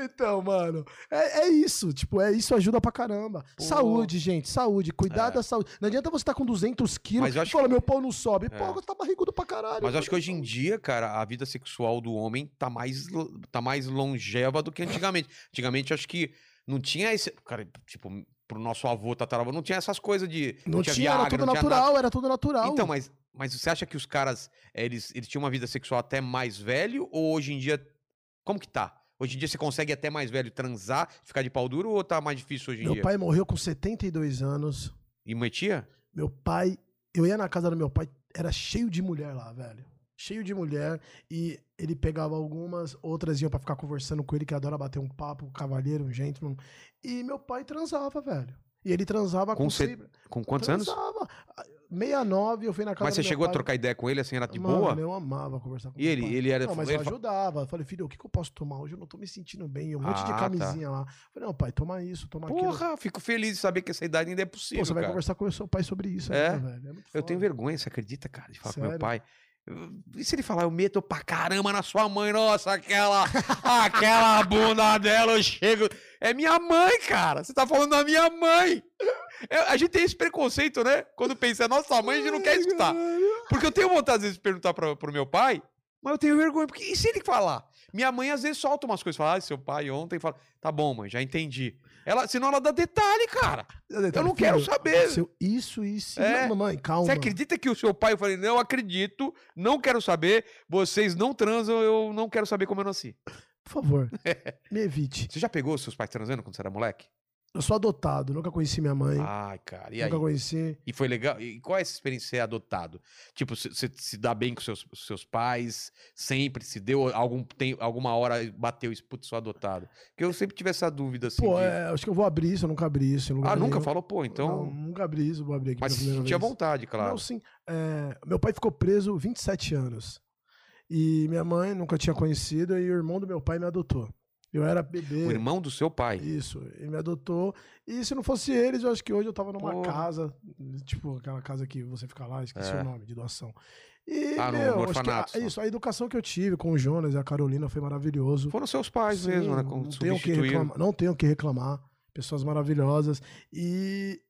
então, mano, é, é isso. Tipo, é isso ajuda pra caramba.
Pô.
Saúde, gente, saúde. Cuidar
É.
da saúde. Não adianta você estar com 200 quilos
Mas eu
e
acho
falar,
que-
meu pau não sobe. Pô,
É.
você tá barrigudo pra caralho.
Mas eu acho que hoje em dia, cara, a vida sexual do homem tá mais, lo- tá mais longeva do que antigamente. Antigamente, acho que não tinha esse. Cara, tipo, pro nosso avô, tataravô, não tinha essas coisas de.
Não tinha, era tudo
não tinha nada.
natural, era tudo natural.
Então, mas, mas você acha que os caras, eh, eles, eles tinham uma vida sexual até mais velho? Ou hoje em dia. Como que tá? Hoje em dia você consegue até mais velho transar, ficar de pau duro ou tá mais difícil hoje em
Meu
dia?
pai morreu com 72 anos.
E metia?
Meu pai. Eu ia na casa do meu pai, era cheio de mulher lá, velho. cheio de mulher, e ele pegava algumas, outras iam pra ficar conversando com ele, que adora bater um papo, um cavalheiro, um gentleman. E meu pai transava, velho. E ele transava
Com
com,
ce-
sempre-
Com quantos anos?
transava. 69, eu fui na casa
Mas você
do meu
chegou a
pai.
trocar ideia com ele, assim, era de
Mano,
boa?
eu amava conversar com
E
meu
ele,
pai.
ele era.
Não, mas
ele
eu
fa-
ajudava. Eu falei, filho, o que, que eu posso tomar hoje? Eu não tô me sentindo bem. Um monte de
Ah, tá.
camisinha lá. Eu falei, não, pai, toma isso, toma é aquilo.
Porra, fico feliz de saber que essa idade ainda é
Pô,
possível.
você vai
cara.
conversar com o seu pai sobre isso,
É.
ainda, velho. É muito
Eu
foda.
tenho vergonha, você acredita, cara, de falar com meu
Sério?
pai? Eu- E se ele falar, eu meto pra caramba na sua mãe, nossa, aquela, aquela bunda dela, eu chego. É minha mãe, cara. Você tá falando da minha mãe. Eu- a gente tem esse preconceito, né? Quando pensa, nossa mãe, a gente não quer escutar. Porque eu tenho vontade, às vezes, de perguntar pra, pro meu pai, mas eu tenho vergonha. Porque, e se ele falar? Minha mãe, às vezes, solta umas coisas. Fala, ah, seu pai ontem fala, tá bom, mãe, já entendi. Ela, senão ela dá detalhe, cara. Eu não quero saber.
aconteceu Isso, isso.
É.
Não, mamãe, calma.
Você acredita que o seu pai, eu falei, não acredito, não quero saber, vocês não transam, eu não quero saber como eu nasci.
Por favor,
É.
me evite.
Você já pegou seus pais transando quando você era moleque?
Eu sou adotado, nunca conheci minha mãe.
Ai, cara, Ah, e aí?
nunca conheci.
E foi legal? E qual é essa experiência de ser adotado? Tipo, se- você se dá bem com seus, seus pais, sempre, se deu algum tem, alguma hora, bateu isso, putz, sou adotado. Porque eu sempre tive essa dúvida, assim,
Pô,
de-
é, acho que eu vou abrir isso, eu nunca abri isso. em lugar
ah, nunca
nenhum.
falou, pô, então...
Não, nunca abri isso, vou abrir aqui
Mas
pela primeira
tinha
vez.
vontade, claro.
Não, sim. É, meu pai ficou preso 27 anos. E minha mãe nunca tinha conhecido, e o irmão do meu pai me adotou. Eu era bebê.
O irmão do seu pai.
Isso, ele me adotou. E se não fosse eles, eu acho que hoje eu tava numa
Pô.
casa, tipo aquela casa que você fica lá, esqueci
É.
o nome, de doação. E,
Ah, no-
meu,
no
acho que
orfanato,
a-
só.
isso, a educação que eu tive com o Jonas e a Carolina foi maravilhoso.
Foram seus pais
Sim,
mesmo, né? Como
Não tenho, o que reclamar, não tenho o que reclamar. Pessoas maravilhosas. E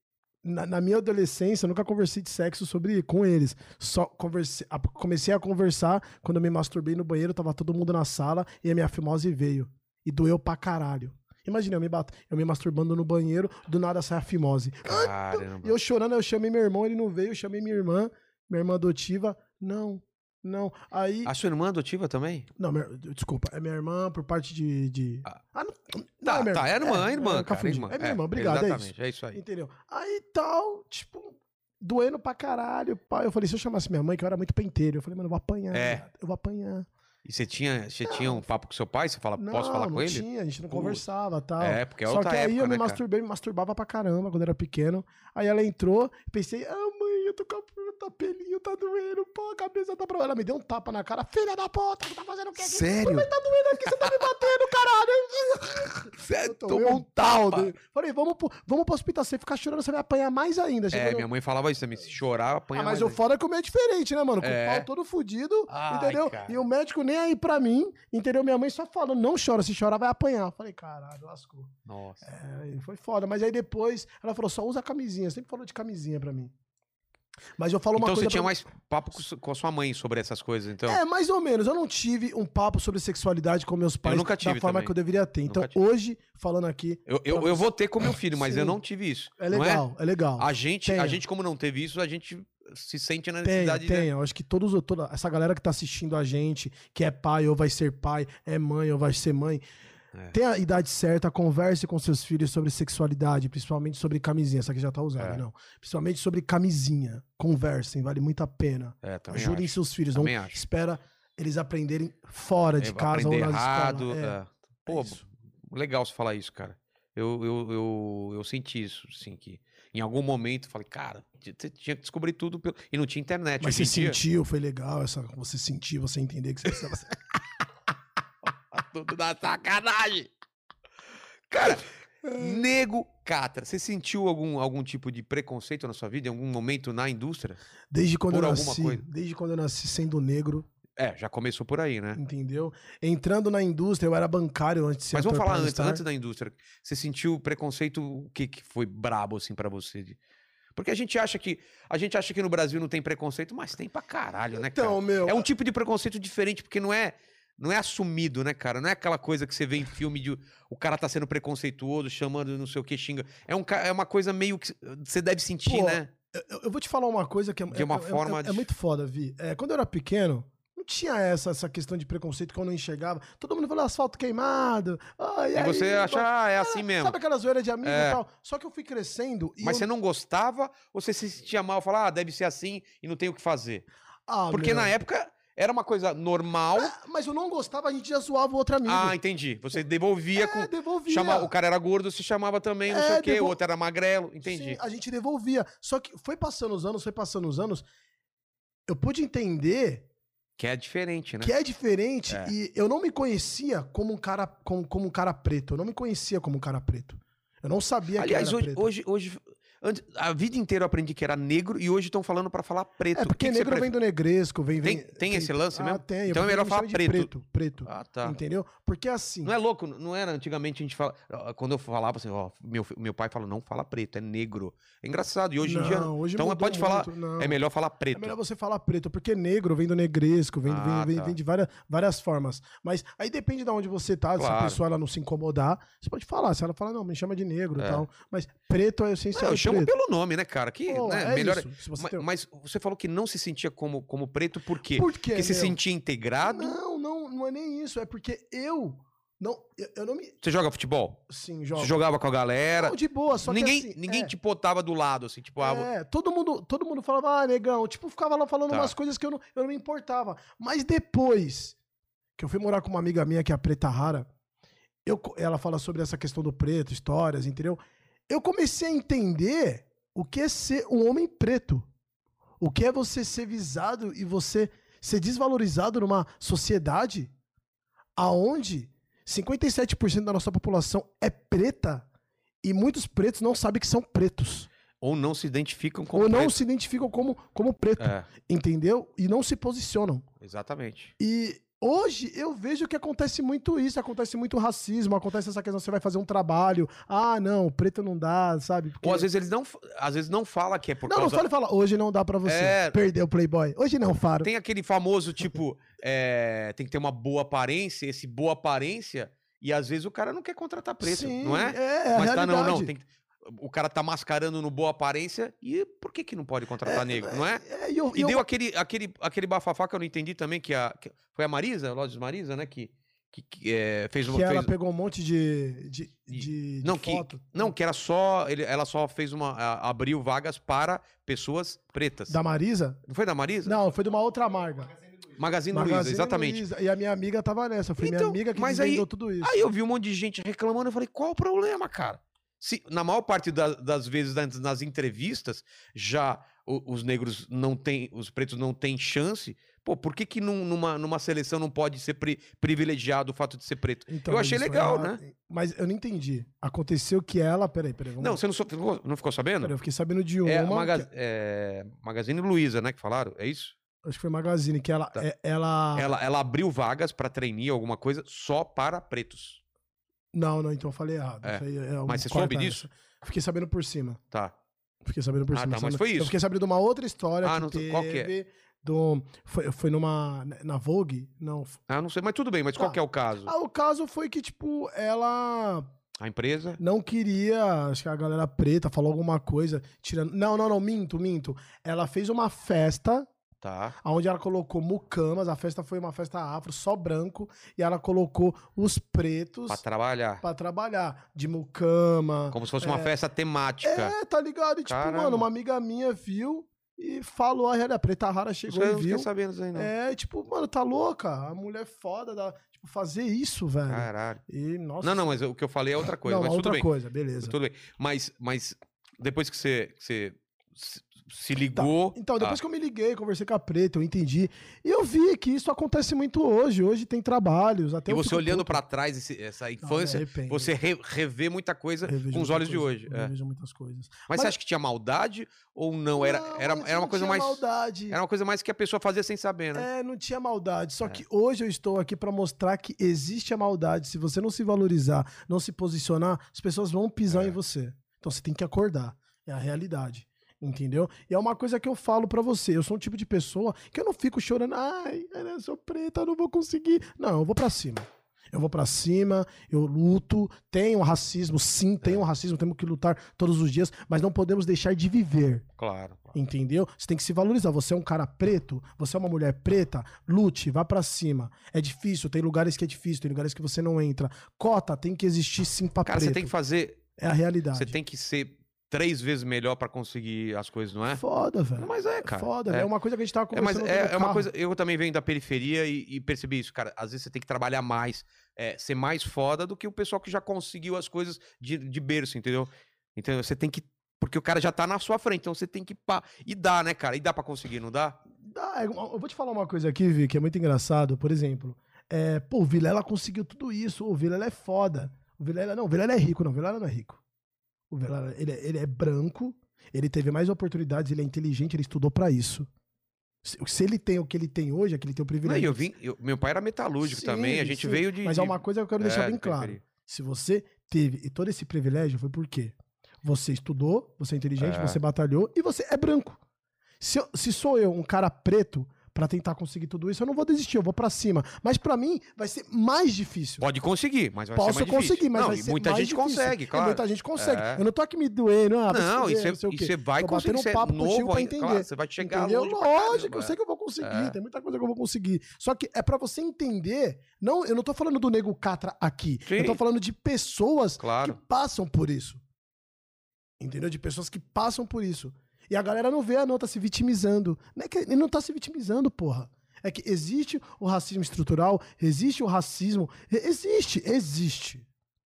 na, na minha adolescência, eu nunca conversei de sexo sobre com eles. Só conversei, a- comecei a conversar quando eu me masturbei no banheiro, tava todo mundo na sala e a minha fimose veio. E doeu pra caralho. Imagina, eu me, bato, eu me masturbando no banheiro, do nada sai a fimose.
Caramba.
E Ah, então, eu chorando, eu chamei meu irmão, ele não veio, eu chamei minha irmã, minha irmã adotiva. Não, não. Aí.
A sua irmã adotiva também?
Não, minha- desculpa, é minha irmã por parte de. de...
Ah.
não, não
Tá,
minha
tá, é irmã, é, irmã,
eu
cara,
confundi.
irmã.
É minha irmã, obrigado, é
Exatamente, é isso, aí.
Entendeu? Aí tal, tipo, doendo pra caralho. Pai. Eu falei, se eu chamasse minha mãe, que eu era muito penteiro, eu falei, mano, eu vou apanhar.
É.
viado, Eu vou apanhar.
E você tinha, você tinha um papo com seu pai? Você fala,
Não,
posso falar
não
com ele?
tinha, a gente não
Puta.
conversava tal.
É, porque é
Só que
outra
aí
época,
eu me
né, cara?
masturbei, me masturbava pra caramba quando eu era pequeno. Aí ela entrou, pensei, ah, mãe, eu tô com a puta, pelinho tá doendo, pô, a cabeça tá pra. Ela me deu um tapa na cara, filha da puta, que tá fazendo o quê? aqui?
Sério?
Tá doendo aqui, você tá me batendo, caralho.
Você
Eu tomei
tomou um tal.
dele. Falei, vamos pro, vamos pro hospital, você ficar chorando, você vai apanhar mais ainda.
É,
Chegou no-
minha mãe falava isso também. Se chorar, apanha
Ah, mas
mais
o
ainda.
foda é que o meu é diferente, né, mano? Com
É.
o pau todo fudido,
Ai,
entendeu?
cara.
E o médico nem aí pra mim, entendeu? Minha mãe só falando, não chora, se chorar vai apanhar. Eu Falei, caralho, lascou.
Nossa.
É, e foi foda. Mas aí depois, ela falou, só usa camisinha. Sempre falou de camisinha pra mim. Mas eu falo uma
Então
coisa...
você tinha
pra-
mais papo com su- com a sua mãe sobre essas coisas, então?
É, mais ou menos. Eu não tive um papo sobre sexualidade com meus pais
nunca tive
da forma
também.
que eu deveria ter. Então,
Nunca tive.
hoje, falando aqui,
Eu, eu,
pra
eu
você-
vou ter com meu filho, mas eu
Sim.
não tive isso.
é
não
legal, é, legal.
A, gente, a
Tenho.
gente, como não teve isso, a gente se sente na
Tem,
necessidade né?
tem. Eu acho que todos, toda essa galera que tá assistindo a gente, que é pai ou vai ser pai, é mãe ou vai ser mãe,
É.
tem a idade certa, converse com seus filhos sobre sexualidade, principalmente sobre camisinha. Essa aqui já tá usada,
É.
não. Principalmente sobre camisinha. Conversem, vale muito a pena.
de... É, também
Ajudem
acho.
seus filhos. Não
Também acho.
espera eles aprenderem fora de
É,
casa ou
aprender
nas
errado.
escolas. É,
é. Pô,
é isso.
Legal você falar isso, cara. Eu, eu, eu, eu senti isso, assim, que em algum momento eu falei, cara, t- t- tinha que descobrir tudo pelo... e não tinha internet.
Mas
Tipo, hoje
você
em dia,
sentiu, foi legal essa, você sentir, você entender que você precisava
tudo da sacanagem. Cara, nego catra, você sentiu algum, algum tipo de preconceito na sua vida, em algum momento na indústria?
Desde quando
Por
eu
alguma
nasci,
coisa.
desde quando eu nasci sendo negro,
É, já começou por aí, né?
entendeu? Entrando na indústria, eu era bancário antes de ser
Mas vamos
ator
falar antes,
pornstar.
antes da indústria. Você sentiu o preconceito, o que, que foi brabo, assim, pra você? de- Porque a gente acha que a gente acha que no Brasil não tem preconceito, mas tem pra caralho, né, cara?
Então, meu,
É um tipo de preconceito diferente, porque não é não é assumido, né, cara? Não é aquela coisa que você vê em filme de o cara tá sendo preconceituoso, chamando não sei o que, xinga. É, um, ca- é uma coisa meio que você deve sentir,
Pô,
né?
eu, eu vou te falar uma coisa que é,
De uma
é- é-
forma
é, é
dif-
muito foda, Vi. É, quando eu era pequeno, não tinha essa, essa questão de preconceito que eu não enxergava. Todo mundo falou asfalto queimado. ah,
E
aí,
você
ba-
acha, ah, é assim mesmo.
Sabe aquela zoeira de amigo
É.
e tal? Só que eu fui crescendo e
Mas
eu-
você não gostava ou você se sentia mal, falar, ah, deve ser assim e não tem o que fazer?
Ah,
Porque
meu, É assim.
na época Era uma coisa normal.
Mas eu não gostava, a gente já zoava o outro amigo.
Ah, entendi. Você devolvia com.
é, devolvia.
Chama, o cara era gordo, se chamava também, não
É,
sei o quê.
devol-
O outro era magrelo. Entendi.
Sim, a gente devolvia. Só que foi passando os anos, foi passando os anos. Eu pude entender
Que é diferente, né?
que é diferente
É.
e eu não me conhecia como um cara como, como um cara preto. Eu não me conhecia como um cara preto. Eu não sabia
Aliás,
que eu era
hoje,
preto.
hoje, hoje- antes- a vida inteira eu aprendi que era negro e hoje estão falando pra falar preto.
é porque
O que que você
negro vem do negresco, vem, vem
Tem- tem esse lance
ah,
mesmo?
Tem.
Então é
Eu
melhor
me
falar
chamo de
preto.
preto, preto.
Ah, tá.
Entendeu? Porque assim,
Não é louco, não era antigamente a gente fala. Quando eu falava assim, ó, meu, fi- meu pai falou, não fala preto, é negro. É engraçado. E hoje em
não,
dia
hoje
então
mudou
pode falar-
muito, não.
é melhor falar
É
preto.
melhor você falar preto, porque negro vem do negresco, vem, vem-
Ah,
vem,
tá.
vem de várias, várias formas. Mas aí depende de onde você tá, se
Claro.
a pessoa ela não se incomodar, você pode falar. Se ela falar, não, me chama de negro e
É.
tal. Mas preto é essencial.
Não, eu
é
chamo
preto.
pelo nome, né, cara? Que
Pô,
né,
é
melhor.
isso. Se você
Ma-
tem-
Mas, você falou que não se sentia como, como preto, por quê?
Por quê?
Porque se
meu?
sentia integrado.
Não, não, não é nem isso. É porque eu. Não, eu, eu não me.
Você joga futebol?
Sim, jogo.
Você jogava com a galera?
Não, de boa, só
ninguém
que. assim,
ninguém
é.
te botava do lado, assim, tipo, ah, vou-
É, todo mundo, todo mundo falava, ah, negão. Tipo, ficava lá falando
Tá.
umas coisas que eu não, eu não me importava. Mas depois que eu fui morar com uma amiga minha, que é a Preta Rara, eu, co- ela fala sobre essa questão do preto, histórias, entendeu? Eu comecei a entender o que é ser um homem preto. O que é você ser visado e você ser desvalorizado numa sociedade aonde 57% da nossa população é preta e muitos pretos não sabem que são pretos
ou não se identificam como
ou não
preto.
se identificam como, como preto,
É,
entendeu? E não se posicionam.
exatamente.
E hoje eu vejo que acontece muito isso, acontece muito racismo, acontece essa questão, você vai fazer um trabalho, ah, não, preto não dá, sabe? Porque-
Ou às vezes eles não, às vezes não fala que é por
não,
causa
não fala e fala, hoje não dá pra você,
É.
perdeu o Playboy, hoje não, Faro.
Tem aquele famoso tipo, é, tem que ter uma boa aparência, esse boa aparência, e às vezes o cara não quer contratar preto,
Sim,
não é?
É, é a
Mas tá,
realidade.
não, não. tem que- o cara tá mascarando no boa aparência, e por que que não pode contratar negro, não é?
É, e eu,
E
eu-
deu aquele, aquele, aquele bafafá que eu não entendi também, que, a, que- foi a Marisa, a Lodes Marisa, né? Que, que, que, é, fez uma.
que ela
fez-
pegou um monte de, de,
E-
de- de
não, que-
foto
Não, que era só. ele- ela só fez uma. a- abriu vagas para pessoas pretas.
da Marisa.
Não foi da Marisa?
Não, foi de uma outra marca.
Magazine, Luiza,
Magazine
exatamente.
Luiza. E a minha amiga tava nessa, foi minha
Então,
amiga que
mas aí-
desvendou tudo isso.
Aí eu vi um monte de gente reclamando, eu falei, qual o problema, cara? Se, na maior parte da- das vezes nas, nas entrevistas, já o- os negros não têm, os pretos não têm chance, pô, por que que num- numa, numa seleção não pode ser pri- privilegiado o fato de ser preto?
Então,
Eu achei
isso
legal, né?
ela- Mas eu não entendi. Aconteceu que ela. Peraí, peraí. Vamos...
Não, você não, sou- ficou- não ficou
peraí,
sabendo?
eu fiquei sabendo de uma.
É,
que-
maga- é, Magazine Luiza, né, que falaram, é isso?
acho que foi Magazine, que ela.
Tá.
é- ela...
Ela, ela abriu vagas pra trainee alguma coisa só para pretos,
Não, não, então eu falei errado.
É.
Isso aí é um
Mas você
corta
soube
essa.
disso?
Fiquei sabendo por cima.
tá?
Fiquei sabendo por
Ah,
cima.
tá, mas
sabe?
foi isso.
Eu fiquei sabendo de uma outra história.
Ah,
que
não sei,
teve
qual que é?
Do, foi, foi numa. Na Vogue? Não.
Ah, não sei, mas tudo bem, mas qual
Tá.
que é o caso?
Ah, o caso foi que, tipo, ela
A empresa?
não queria. Acho que a galera preta falou alguma coisa. Tirando. Não, não, não, minto, minto. Ela fez uma festa
Tá.
onde ela colocou mucamas, a festa foi uma festa afro, só branco, e ela colocou os pretos
Pra trabalhar.
pra trabalhar, de mucama.
Como se fosse uma festa temática.
É, tá ligado? E, tipo,
Caramba.
mano, uma amiga minha viu e falou, a realidade, a preta rara
Isso
chegou
eu
e
não fiquei
viu.
sabendo isso aí, não.
É, tipo, mano, tá louca, a mulher foda, da, tipo, fazer isso, velho.
Caralho.
E, nossa.
É. Não, não, mas o que eu falei é outra coisa.
Não,
mas tudo
outra
bem.
coisa, beleza.
Tudo bem. Mas, mas depois que você, que você se- se ligou.
Então, depois que eu me liguei, conversei com a Preta, eu entendi. E eu vi que isso acontece muito hoje. Hoje tem trabalhos,
E
até eu
você
fico
olhando
puto.
pra trás, esse- essa
Não, é,
infância,
me arrependo.
você re- revê muita coisa
Eu vejo
com os
muita
olhos de
coisa,
hoje.
Eu
é.
vejo muitas coisas.
Mas
Mas-
você acha que tinha maldade ou não? Era,
Não,
era,
mas
era uma
não
coisa
tinha
mais.
Maldade.
Era uma coisa mais que a pessoa fazia sem saber, né?
É, não tinha maldade. Só
É.
que hoje eu estou aqui pra mostrar que existe a maldade. Se você não se valorizar, não se posicionar, as pessoas vão pisar
É.
em você. Então você tem que acordar. É a realidade. Entendeu? E é uma coisa que eu falo pra você. Eu sou um tipo de pessoa que eu não fico chorando. Ai, eu sou preta, eu não vou conseguir. Não, eu vou pra cima. Eu vou pra cima, eu luto. Tem um racismo, sim,
É.
tem um racismo. Temos que lutar todos os dias, mas não podemos deixar de viver.
Claro. claro.
Entendeu? Você tem que se valorizar. Você é um cara preto, você é uma mulher preta, lute, vá pra cima. É difícil, tem lugares que é difícil, tem lugares que você não entra. Cota tem que existir sim pra
Cara,
preto.
você tem que fazer.
É a realidade.
Você tem que ser três vezes melhor pra conseguir as coisas, não é?
Foda, velho.
Mas é, cara. é.
Foda, velho. É uma coisa que a gente tava
É, mas
conversando.
é,
outro
é uma
carro.
coisa. Eu também venho da periferia e, e percebi isso, cara. Às vezes você tem que trabalhar mais, é, ser mais foda do que o pessoal que já conseguiu as coisas de, de berço, entendeu? Então você tem que. Porque o cara já tá na sua frente, então você tem que. Pá, e dá, né, cara? E dá pra conseguir, não dá?
Dá, é, Eu vou te falar uma coisa aqui, Vi, que é muito engraçado. Por exemplo, é, pô, o Vilela conseguiu tudo isso. O Vilela é foda. O Vilela não, o Vilela é rico, não. O Vilela não é rico. O Vilela, ele, é- ele é branco, ele teve mais oportunidades, ele é inteligente, ele estudou pra isso. Se, se ele tem o que ele tem hoje, é que ele tem o
Não,
privilégio.
e eu vim. eu- meu pai era metalúrgico
Sim,
também, a gente
sim,
veio de.
Mas é uma coisa que eu quero deixar
é,
bem
de
claro.
periferia.
Se você teve e todo esse privilégio foi por quê? Você estudou, você é inteligente,
É.
você batalhou e você é branco. Se, eu- se sou eu, um cara preto, pra tentar conseguir tudo isso, eu não vou desistir, eu vou pra cima. Mas pra mim vai ser mais difícil.
Pode conseguir, mas vai
Posso
ser mais difícil.
conseguir, mas
não,
vai
e
ser
muita
mais
gente
difícil.
consegue,
E
claro.
muita gente consegue.
É.
Eu não tô aqui me doendo, ah, vai se
Não, e
fuder,
você-
não sei o
e
quê.
você vai
Tô
conseguir.
batendo
Você
um
é
papo
novo
contigo pra
ainda,
entender.
claro, você vai chegar
Entendeu?
longe pra
Lógico, eu
caramba,
sei que eu vou conseguir,
É.
tem muita coisa que eu vou conseguir. Só que é pra você entender. Não, eu não tô falando do nego Catra aqui.
Sim.
Eu tô falando de pessoas
Claro.
que passam por isso. Entendeu? De pessoas que passam por isso. E a galera não vê, ah, não, tá se vitimizando. Não é que ele não tá se vitimizando, porra. É que existe o racismo estrutural, existe o racismo. e- Existe, existe.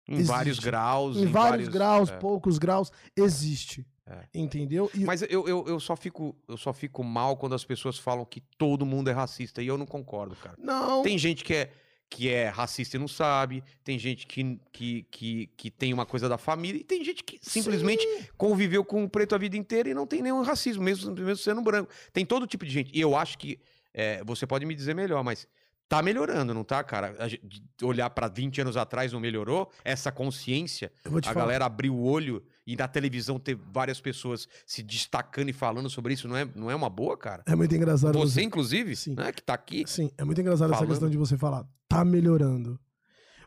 Em
Existe.
vários graus.
em vários, graus,
é.
poucos graus, existe.
É.
Entendeu? E
Mas eu, eu, eu só fico, eu só fico mal quando as pessoas falam que todo mundo é racista. E eu não concordo, cara.
não.
Tem gente que é, que é racista e não sabe. Tem gente que, que, que, que tem uma coisa da família. E tem gente que simplesmente
Sim.
conviveu com o preto a vida inteira e não tem nenhum racismo, mesmo, mesmo sendo branco. Tem todo tipo de gente. E eu acho que. é, você pode me dizer melhor, mas. Tá melhorando, não tá, cara? A gente- de olhar pra 20 anos atrás não melhorou? Essa consciência
Eu vou te
a
falar.
galera abrir o olho e na televisão ter várias pessoas se destacando e falando sobre isso não é, não é uma boa, cara?
É muito engraçado.
Você, inclusive,
Sim.
né, que tá aqui.
Sim, é muito engraçado
Falando.
essa questão de você falar, tá melhorando.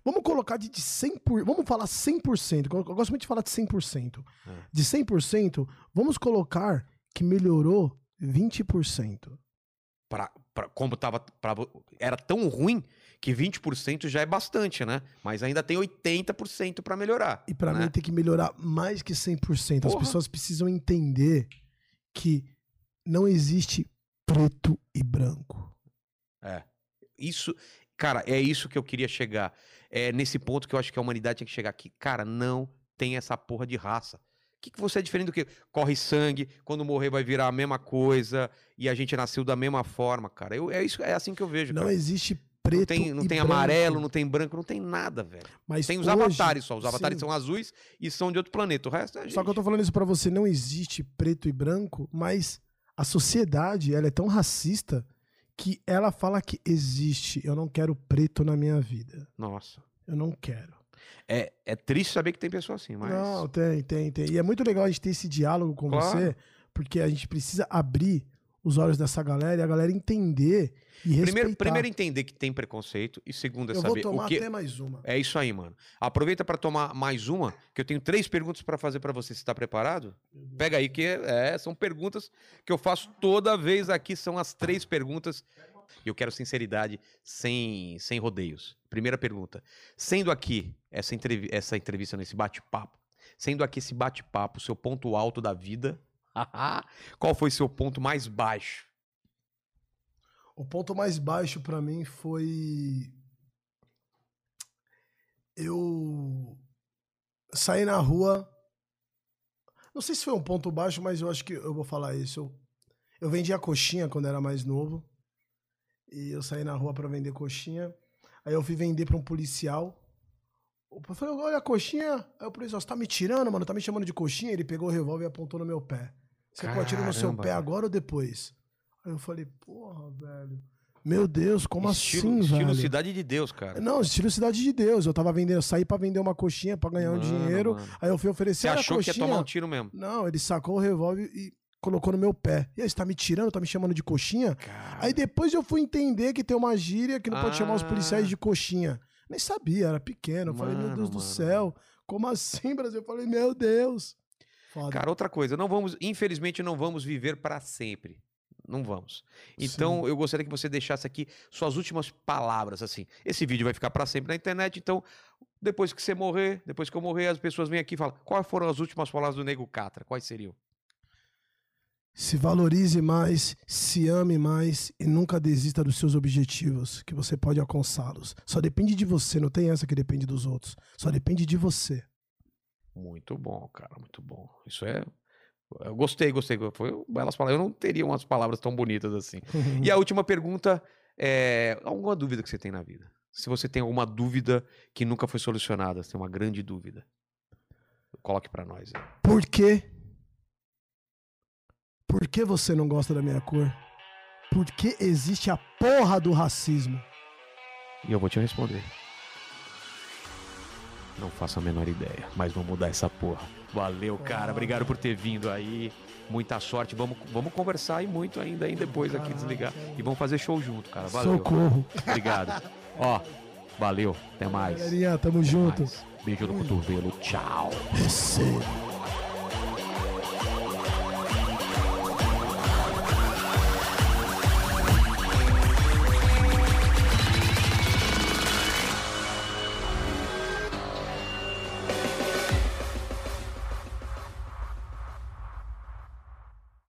Vamos colocar de de 100%, por- vamos falar 100%, eu gosto muito de falar de 100%.
É.
De 100%, vamos colocar que melhorou 20%.
Pra, pra- como tava. pra vo- era tão ruim que 20% já é bastante, né? Mas ainda tem 80% pra melhorar.
E pra
né?
mim tem que melhorar mais que 100%. As
Porra.
pessoas precisam entender que não existe preto e branco.
Isso. Cara, é isso que eu queria chegar. É nesse ponto que eu acho que a humanidade tinha que chegar aqui. Cara, não tem essa porra de raça. O que, que você é diferente do que? Corre sangue, quando morrer vai virar a mesma coisa e a gente nasceu da mesma forma, cara. Eu, é, isso, é assim que eu vejo.
Não
cara.
existe preto
não tem, não
e
tem
branco,
amarelo, não tem branco, não tem nada, velho.
mas
Tem os
hoje-
avatares só. Os avatares
sim.
são azuis e são de outro planeta. O resto é.
Só que eu tô falando isso pra você, não existe preto e branco, mas a sociedade, ela é tão racista que ela fala que existe, eu não quero preto na minha vida.
Nossa.
Eu não quero.
É, é triste saber que tem pessoa assim, mas.
Não, tem, tem, tem. E é muito legal a gente ter esse diálogo com
Claro.
você, porque a gente precisa abrir os olhos dessa galera e a galera entender e
primeiro,
respeitar.
primeiro entender que tem preconceito e segundo é
eu vou
saber
tomar
o que
até mais uma.
É isso aí, mano. Aproveita pra tomar mais uma, que eu tenho três perguntas pra fazer pra você. Você tá preparado?
Uhum.
Pega aí, que é, são perguntas que eu faço toda vez aqui. São as três perguntas. E eu quero sinceridade, sem, sem rodeios. Primeira pergunta. Sendo aqui essa, entrevi- essa entrevista, nesse bate-papo, sendo aqui esse bate-papo, seu ponto alto da vida, qual foi seu ponto mais baixo?
O ponto mais baixo pra mim foi eu saí na rua. Não sei se foi um ponto baixo, mas eu acho que eu vou falar isso. Eu, eu vendia coxinha quando era mais novo. E eu saí na rua pra vender coxinha. Aí eu fui vender pra um policial. Eu falei, olha a coxinha. Aí o policial, você tá me tirando, mano? Tá me chamando de coxinha? Ele pegou o revólver e apontou no meu pé. Você pode tirar no seu
Caramba,
pé
cara.
agora ou depois? Aí eu falei, porra, velho. Meu Deus, como
estilo,
assim,
estilo
velho?
Cidade de Deus, cara.
Não, estilo Cidade de Deus. Eu tava vendendo, eu saí pra vender uma coxinha pra ganhar um
Mano,
dinheiro.
mano.
Aí eu fui oferecer
Você
"Olha a
achou que ia
coxinha.
tomar um tiro mesmo?
Não, ele sacou o revólver e colocou no meu pé. E aí, você tá me tirando, tá me chamando de coxinha? Aí depois eu fui entender que tem uma gíria que não pode chamar os
Ah.
policiais de coxinha. Nem sabia, era pequeno. Eu falei, meu
Mano,
Deus do
mano.
céu, como assim, Brasil? Eu falei, meu Deus. Foda.
Cara, outra coisa, não vamos, infelizmente não vamos viver pra sempre. não vamos. Então eu gostaria que você deixasse aqui suas últimas palavras, assim. Esse vídeo vai ficar para sempre na internet, então depois que você morrer, depois que eu morrer, as pessoas vêm aqui e falam: quais foram as últimas palavras do Nego Catra? Quais seriam?
Se valorize mais, se ame mais e nunca desista dos seus objetivos, que você pode alcançá-los. Só depende de você, não tem essa que depende dos outros. Só depende de você.
Muito bom, cara, muito bom. Isso é. Eu gostei, gostei. Foi um belas palavras. Eu não teria umas palavras tão bonitas assim. E a última pergunta é: alguma dúvida que você tem na vida? Se você tem alguma dúvida que nunca foi solucionada, se tem uma grande dúvida, coloque pra nós. aí.
Por quê? Por que você não gosta da minha cor? Por que existe a porra do racismo?
E eu vou te responder. Não faço a menor ideia, mas vou mudar essa porra. Valeu, cara. Obrigado por ter vindo aí. Muita sorte. Vamos, vamos conversar e muito ainda aí depois aqui desligar. E vamos fazer show junto, cara. Valeu.
Socorro.
Obrigado. Ó, valeu. Até mais.
Galerinha, tamo
Até
junto.
mais. Beijo no cotovelo. Tchau.
Você.